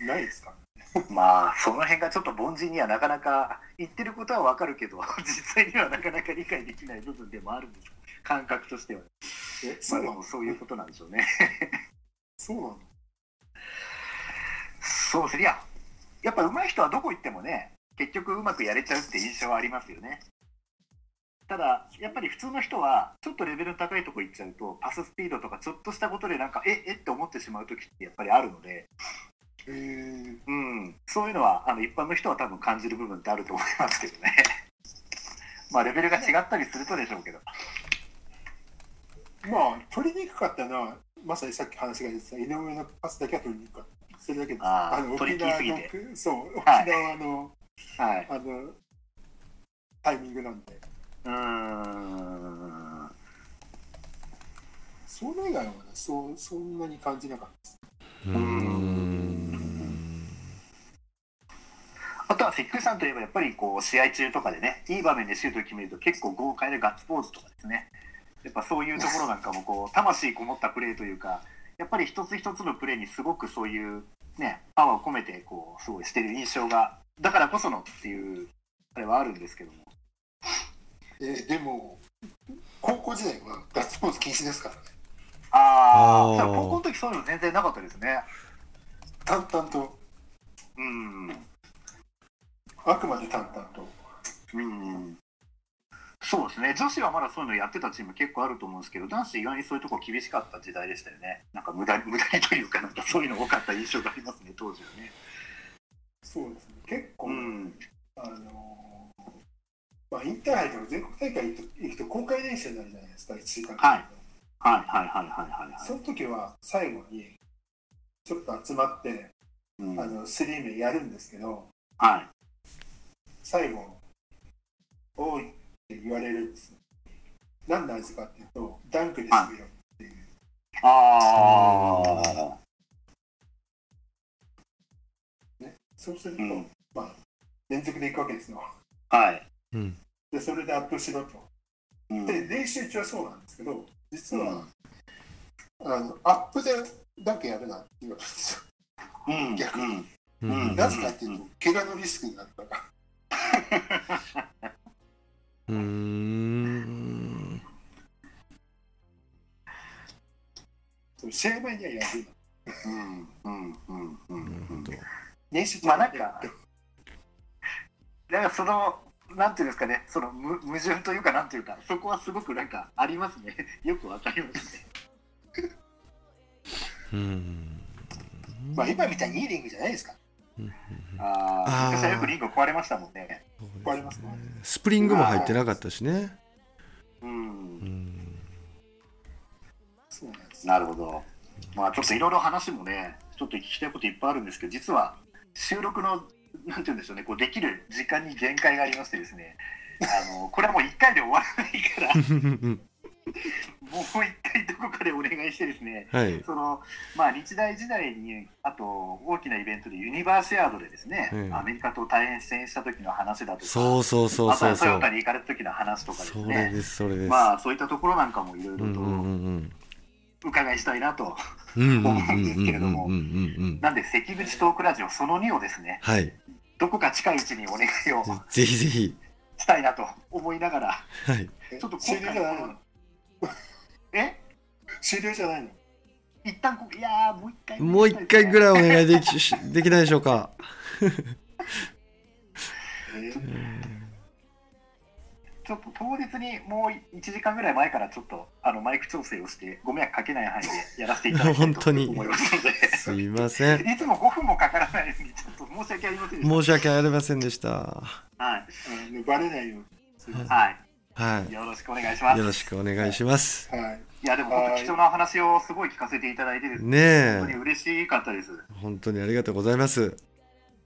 にないですから、
まあ、その辺がちょっと凡人にはなかなか言ってることはわかるけど、 実際にはなかなか理解できない部分でもあるんですよ感覚としては。
え
ま
そ
あ、
う
で
な
も
の
そういうことなんでしょうね。
そうなの
そうですね。いや、やっぱ上手い人はどこ行ってもね、結局うまくやれちゃうって印象はありますよね。ただ、やっぱり普通の人は、ちょっとレベルの高いとこ行っちゃうと、パススピードとかちょっとしたことで、なんか、ええって思ってしまう時ってやっぱりあるので、
へえ
うん、そういうのはあの一般の人は多分感じる部分ってあると思いますけどね。 まあレベルが違ったりするとでしょうけど。
まあ取りにくかったのはまさにさっき話が出てた井上のパスだけは取りにくかったそれだけです
あー取りに
沖
行き
縄
すぎ
の
て
そう沖
はい
縄の,、
はい。
あのタイミングなんで
うーん。
それ以外はねそうそんなに感じなかった
うん。
あとは関口さんといえばやっぱりこう試合中とかでねいい場面でシュートを決めると結構豪快でガッツポーズとかですねやっぱそういうところなんかもこう魂こもったプレーというかやっぱり一つ一つのプレーにすごくそういうねパワーを込めてこうすごいしてる印象がだからこそのっていうあれはあるんですけども
えーでも高校時代はガッツポーズ禁止ですからね
あ
あー
あ高校の時そういうの全然なかったですね
淡々と
うん
あくまで淡々と
うんそうですね女子はまだそういうのやってたチーム結構あると思うんですけど男子意外にそういうとこ厳しかった時代でしたよねなんか無駄に 無駄にというかなんかそういうの多かった印象がありますね当時はね
そうですね結構、
うん
あのーまあ、インターハイとか全国大会行くと行くと公開練習になるじゃないですか、1時間
はいはいはいはいはいはいは
その時は最後にちょっと集まって、
い、うん
あのスリー名やるんですけど、
はい
最後、おいって言われるんですよ。何なんですかっていうと、ダンクですよ。
ああ
そうする
う
と、
ん
まあ、連続で行くわけですよ。
はい、
うん。
で、それでアップしろと。
うん、
で、練習中はそうなんですけど、実は、あのアップでダンクやるなって言われるんですよ。
うん
逆
うん
う
うん
ん
なぜかっていうと、怪我のリスクがあったから。
うーん。
そう試合前にはやるな。
うんうんうんう
なるほ
ん
ど。
練習
まあなん か、だからその、なんていうんですかね、そのむ矛盾というか、なんていうか、そこはすごくなんかありますね、 よくわかりますね。
うん。
まあ今みたいにいいリングじゃないですか。
うん
あ
あー
あ、昔はよくリング壊れましたもんね。
わかりますか
スプリングも入ってなかったしね。
う、
うんん。
そうなんです。
なるほど。まあちょっといろいろ話もね、ちょっと聞きたいこといっぱいあるんですけど、実は収録の、なんていうんでしょうね、こうできる時間に限界がありましてですね、あのこれはもう1回で終わらないから、もう1回どこかでお願いしてですね、
はい。
そのまあ、日大時代にあと大きなイベントでユニバーシアードでですね、
うん
アメリカと対戦した時の話だとか
そうそうそうそ
あ
う
とは
そ
トヨ
う。
タに行かれた時の話とかです
それ
ね
ですそれです。
まあそういったところなんかもいろ
う
い
ん
ろ
う
と
んうん
伺いしたいなと、
うんうんうんうん
思うんですけれども
うんうんうんうん
なんで関口トークラジオその2をですね
はい。
どこか近いうちにお願いを
ぜひぜひ。
したいなと思いながら
はい。
ちょっと
終
今
了
回
じゃないの
え
終了じゃないの
一旦ここいやーもう一回
もう一回ぐ
い
らいお願いできしできないでしょうか。
ちょっと当日にもう1時間ぐらい前からちょっとあのマイク調整をしてご迷惑かけない範囲でやらせていただきたいと
本当に
思いますのです
いません。
いつも5分もかからないのにちょっと申し訳ありませんでした。
申し訳ありませんでした。
はい、
あのバレないようにする。は
は、
はい
よろしくお願いしま
い。
す。
よろしくお願いします。
い。
いやでも本当貴重なお話をすごい聞かせていただいてですね、
ね
本当に
え、
嬉しかったです。
本当にありがとうございます。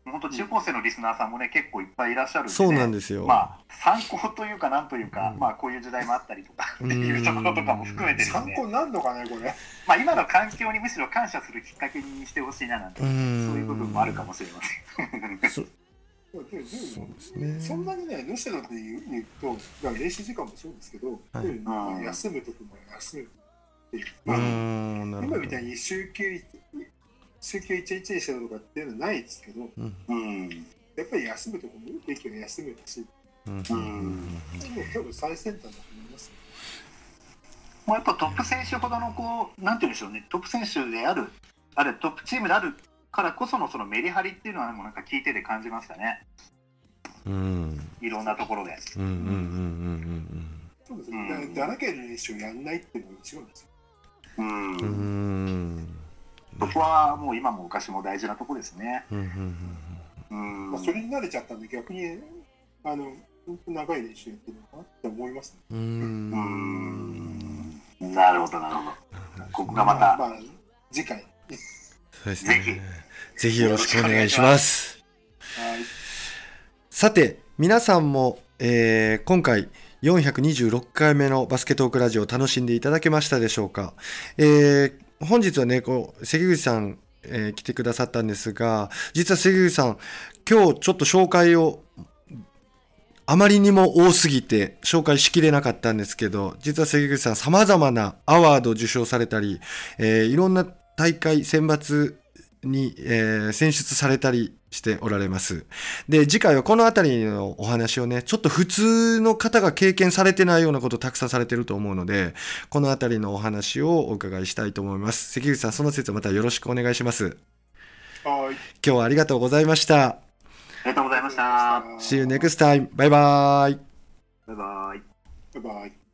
本当中高生のリスナーさんもね結構いっぱいいらっしゃるんで、ね、
そうなんですよ。
まあ参考というかなんというか、
うん
まあこういう時代もあったりとかっていうところとかも含めてです
参
ね
考、になんのかね、これ。
まあ今の環境にむしろ感謝するきっかけにしてほしいななんて
う。ん。
そういう部分もあるかもしれません。
でもでも
そうですね
そんなにね、どうしてだって言う言うと、だから練習時間もそうですけど、
はい
でも
うん
休むときも休むっていう。
う
まあ
ーん、なるほ
今
ど。
みたいに週休一週休一日にしてるとかっていうのはないですけど、
うん。
うん。
やっぱり休むとこもべきは休むし、
うん。
う
うんん。
もう多分最先端だと思いますよ。
もうやっぱトップ選手ほどのこう、なんて言うんでしょうね、トップ選手である、あるトップチームであるからこそのそのメリハリっていうのはもうなんか聞いてて感じましたね。
うん。うん。
いろんなところで。
うん。うん。うん。うん
そうです
うん
ね。だからだらけの練習をやんないっていうのが一番ですよ。
う。
うん。うんん。
そこはもう今も昔も大事なところですね。
うん。
うん。
まあ、それに慣れちゃったんで、逆に、あの、本当長い練習やってるのかなって思いますね。
う。
うんん。なるほど、なるほど。ここがまた、
まあ、次回。
そうですね。ぜひ
よ
よ
ろ
ろ
し
し
く
くお
お願
願
い
い
し
し
ま
ます。
はい。
さて、皆さんも、えー今回、426回目のバスケトークラジオを楽しんでいただけましたでしょうか。えー本日はね、こう、関口さん、えー来てくださったんですが、実は関口さん、今日ちょっと紹介を、あまりにも多すぎて紹介しきれなかったんですけど、実は関口さん、様々なアワードを受賞されたり、えーいろんな大会、選抜に、えー選出されたりしておられます。で、次回はこの辺りのお話をね、ちょっと普通の方が経験されてないようなことをたくさんされてると思うので、この辺りのお話をお伺いしたいと思います。関口さん、その説はまたよろしくお願いします。
はい。
今日はありがとうございました。
ありがとうございました。
ありがとうございまし
See
た
you next time. バイバイ。
バイバイ。
バイバイ。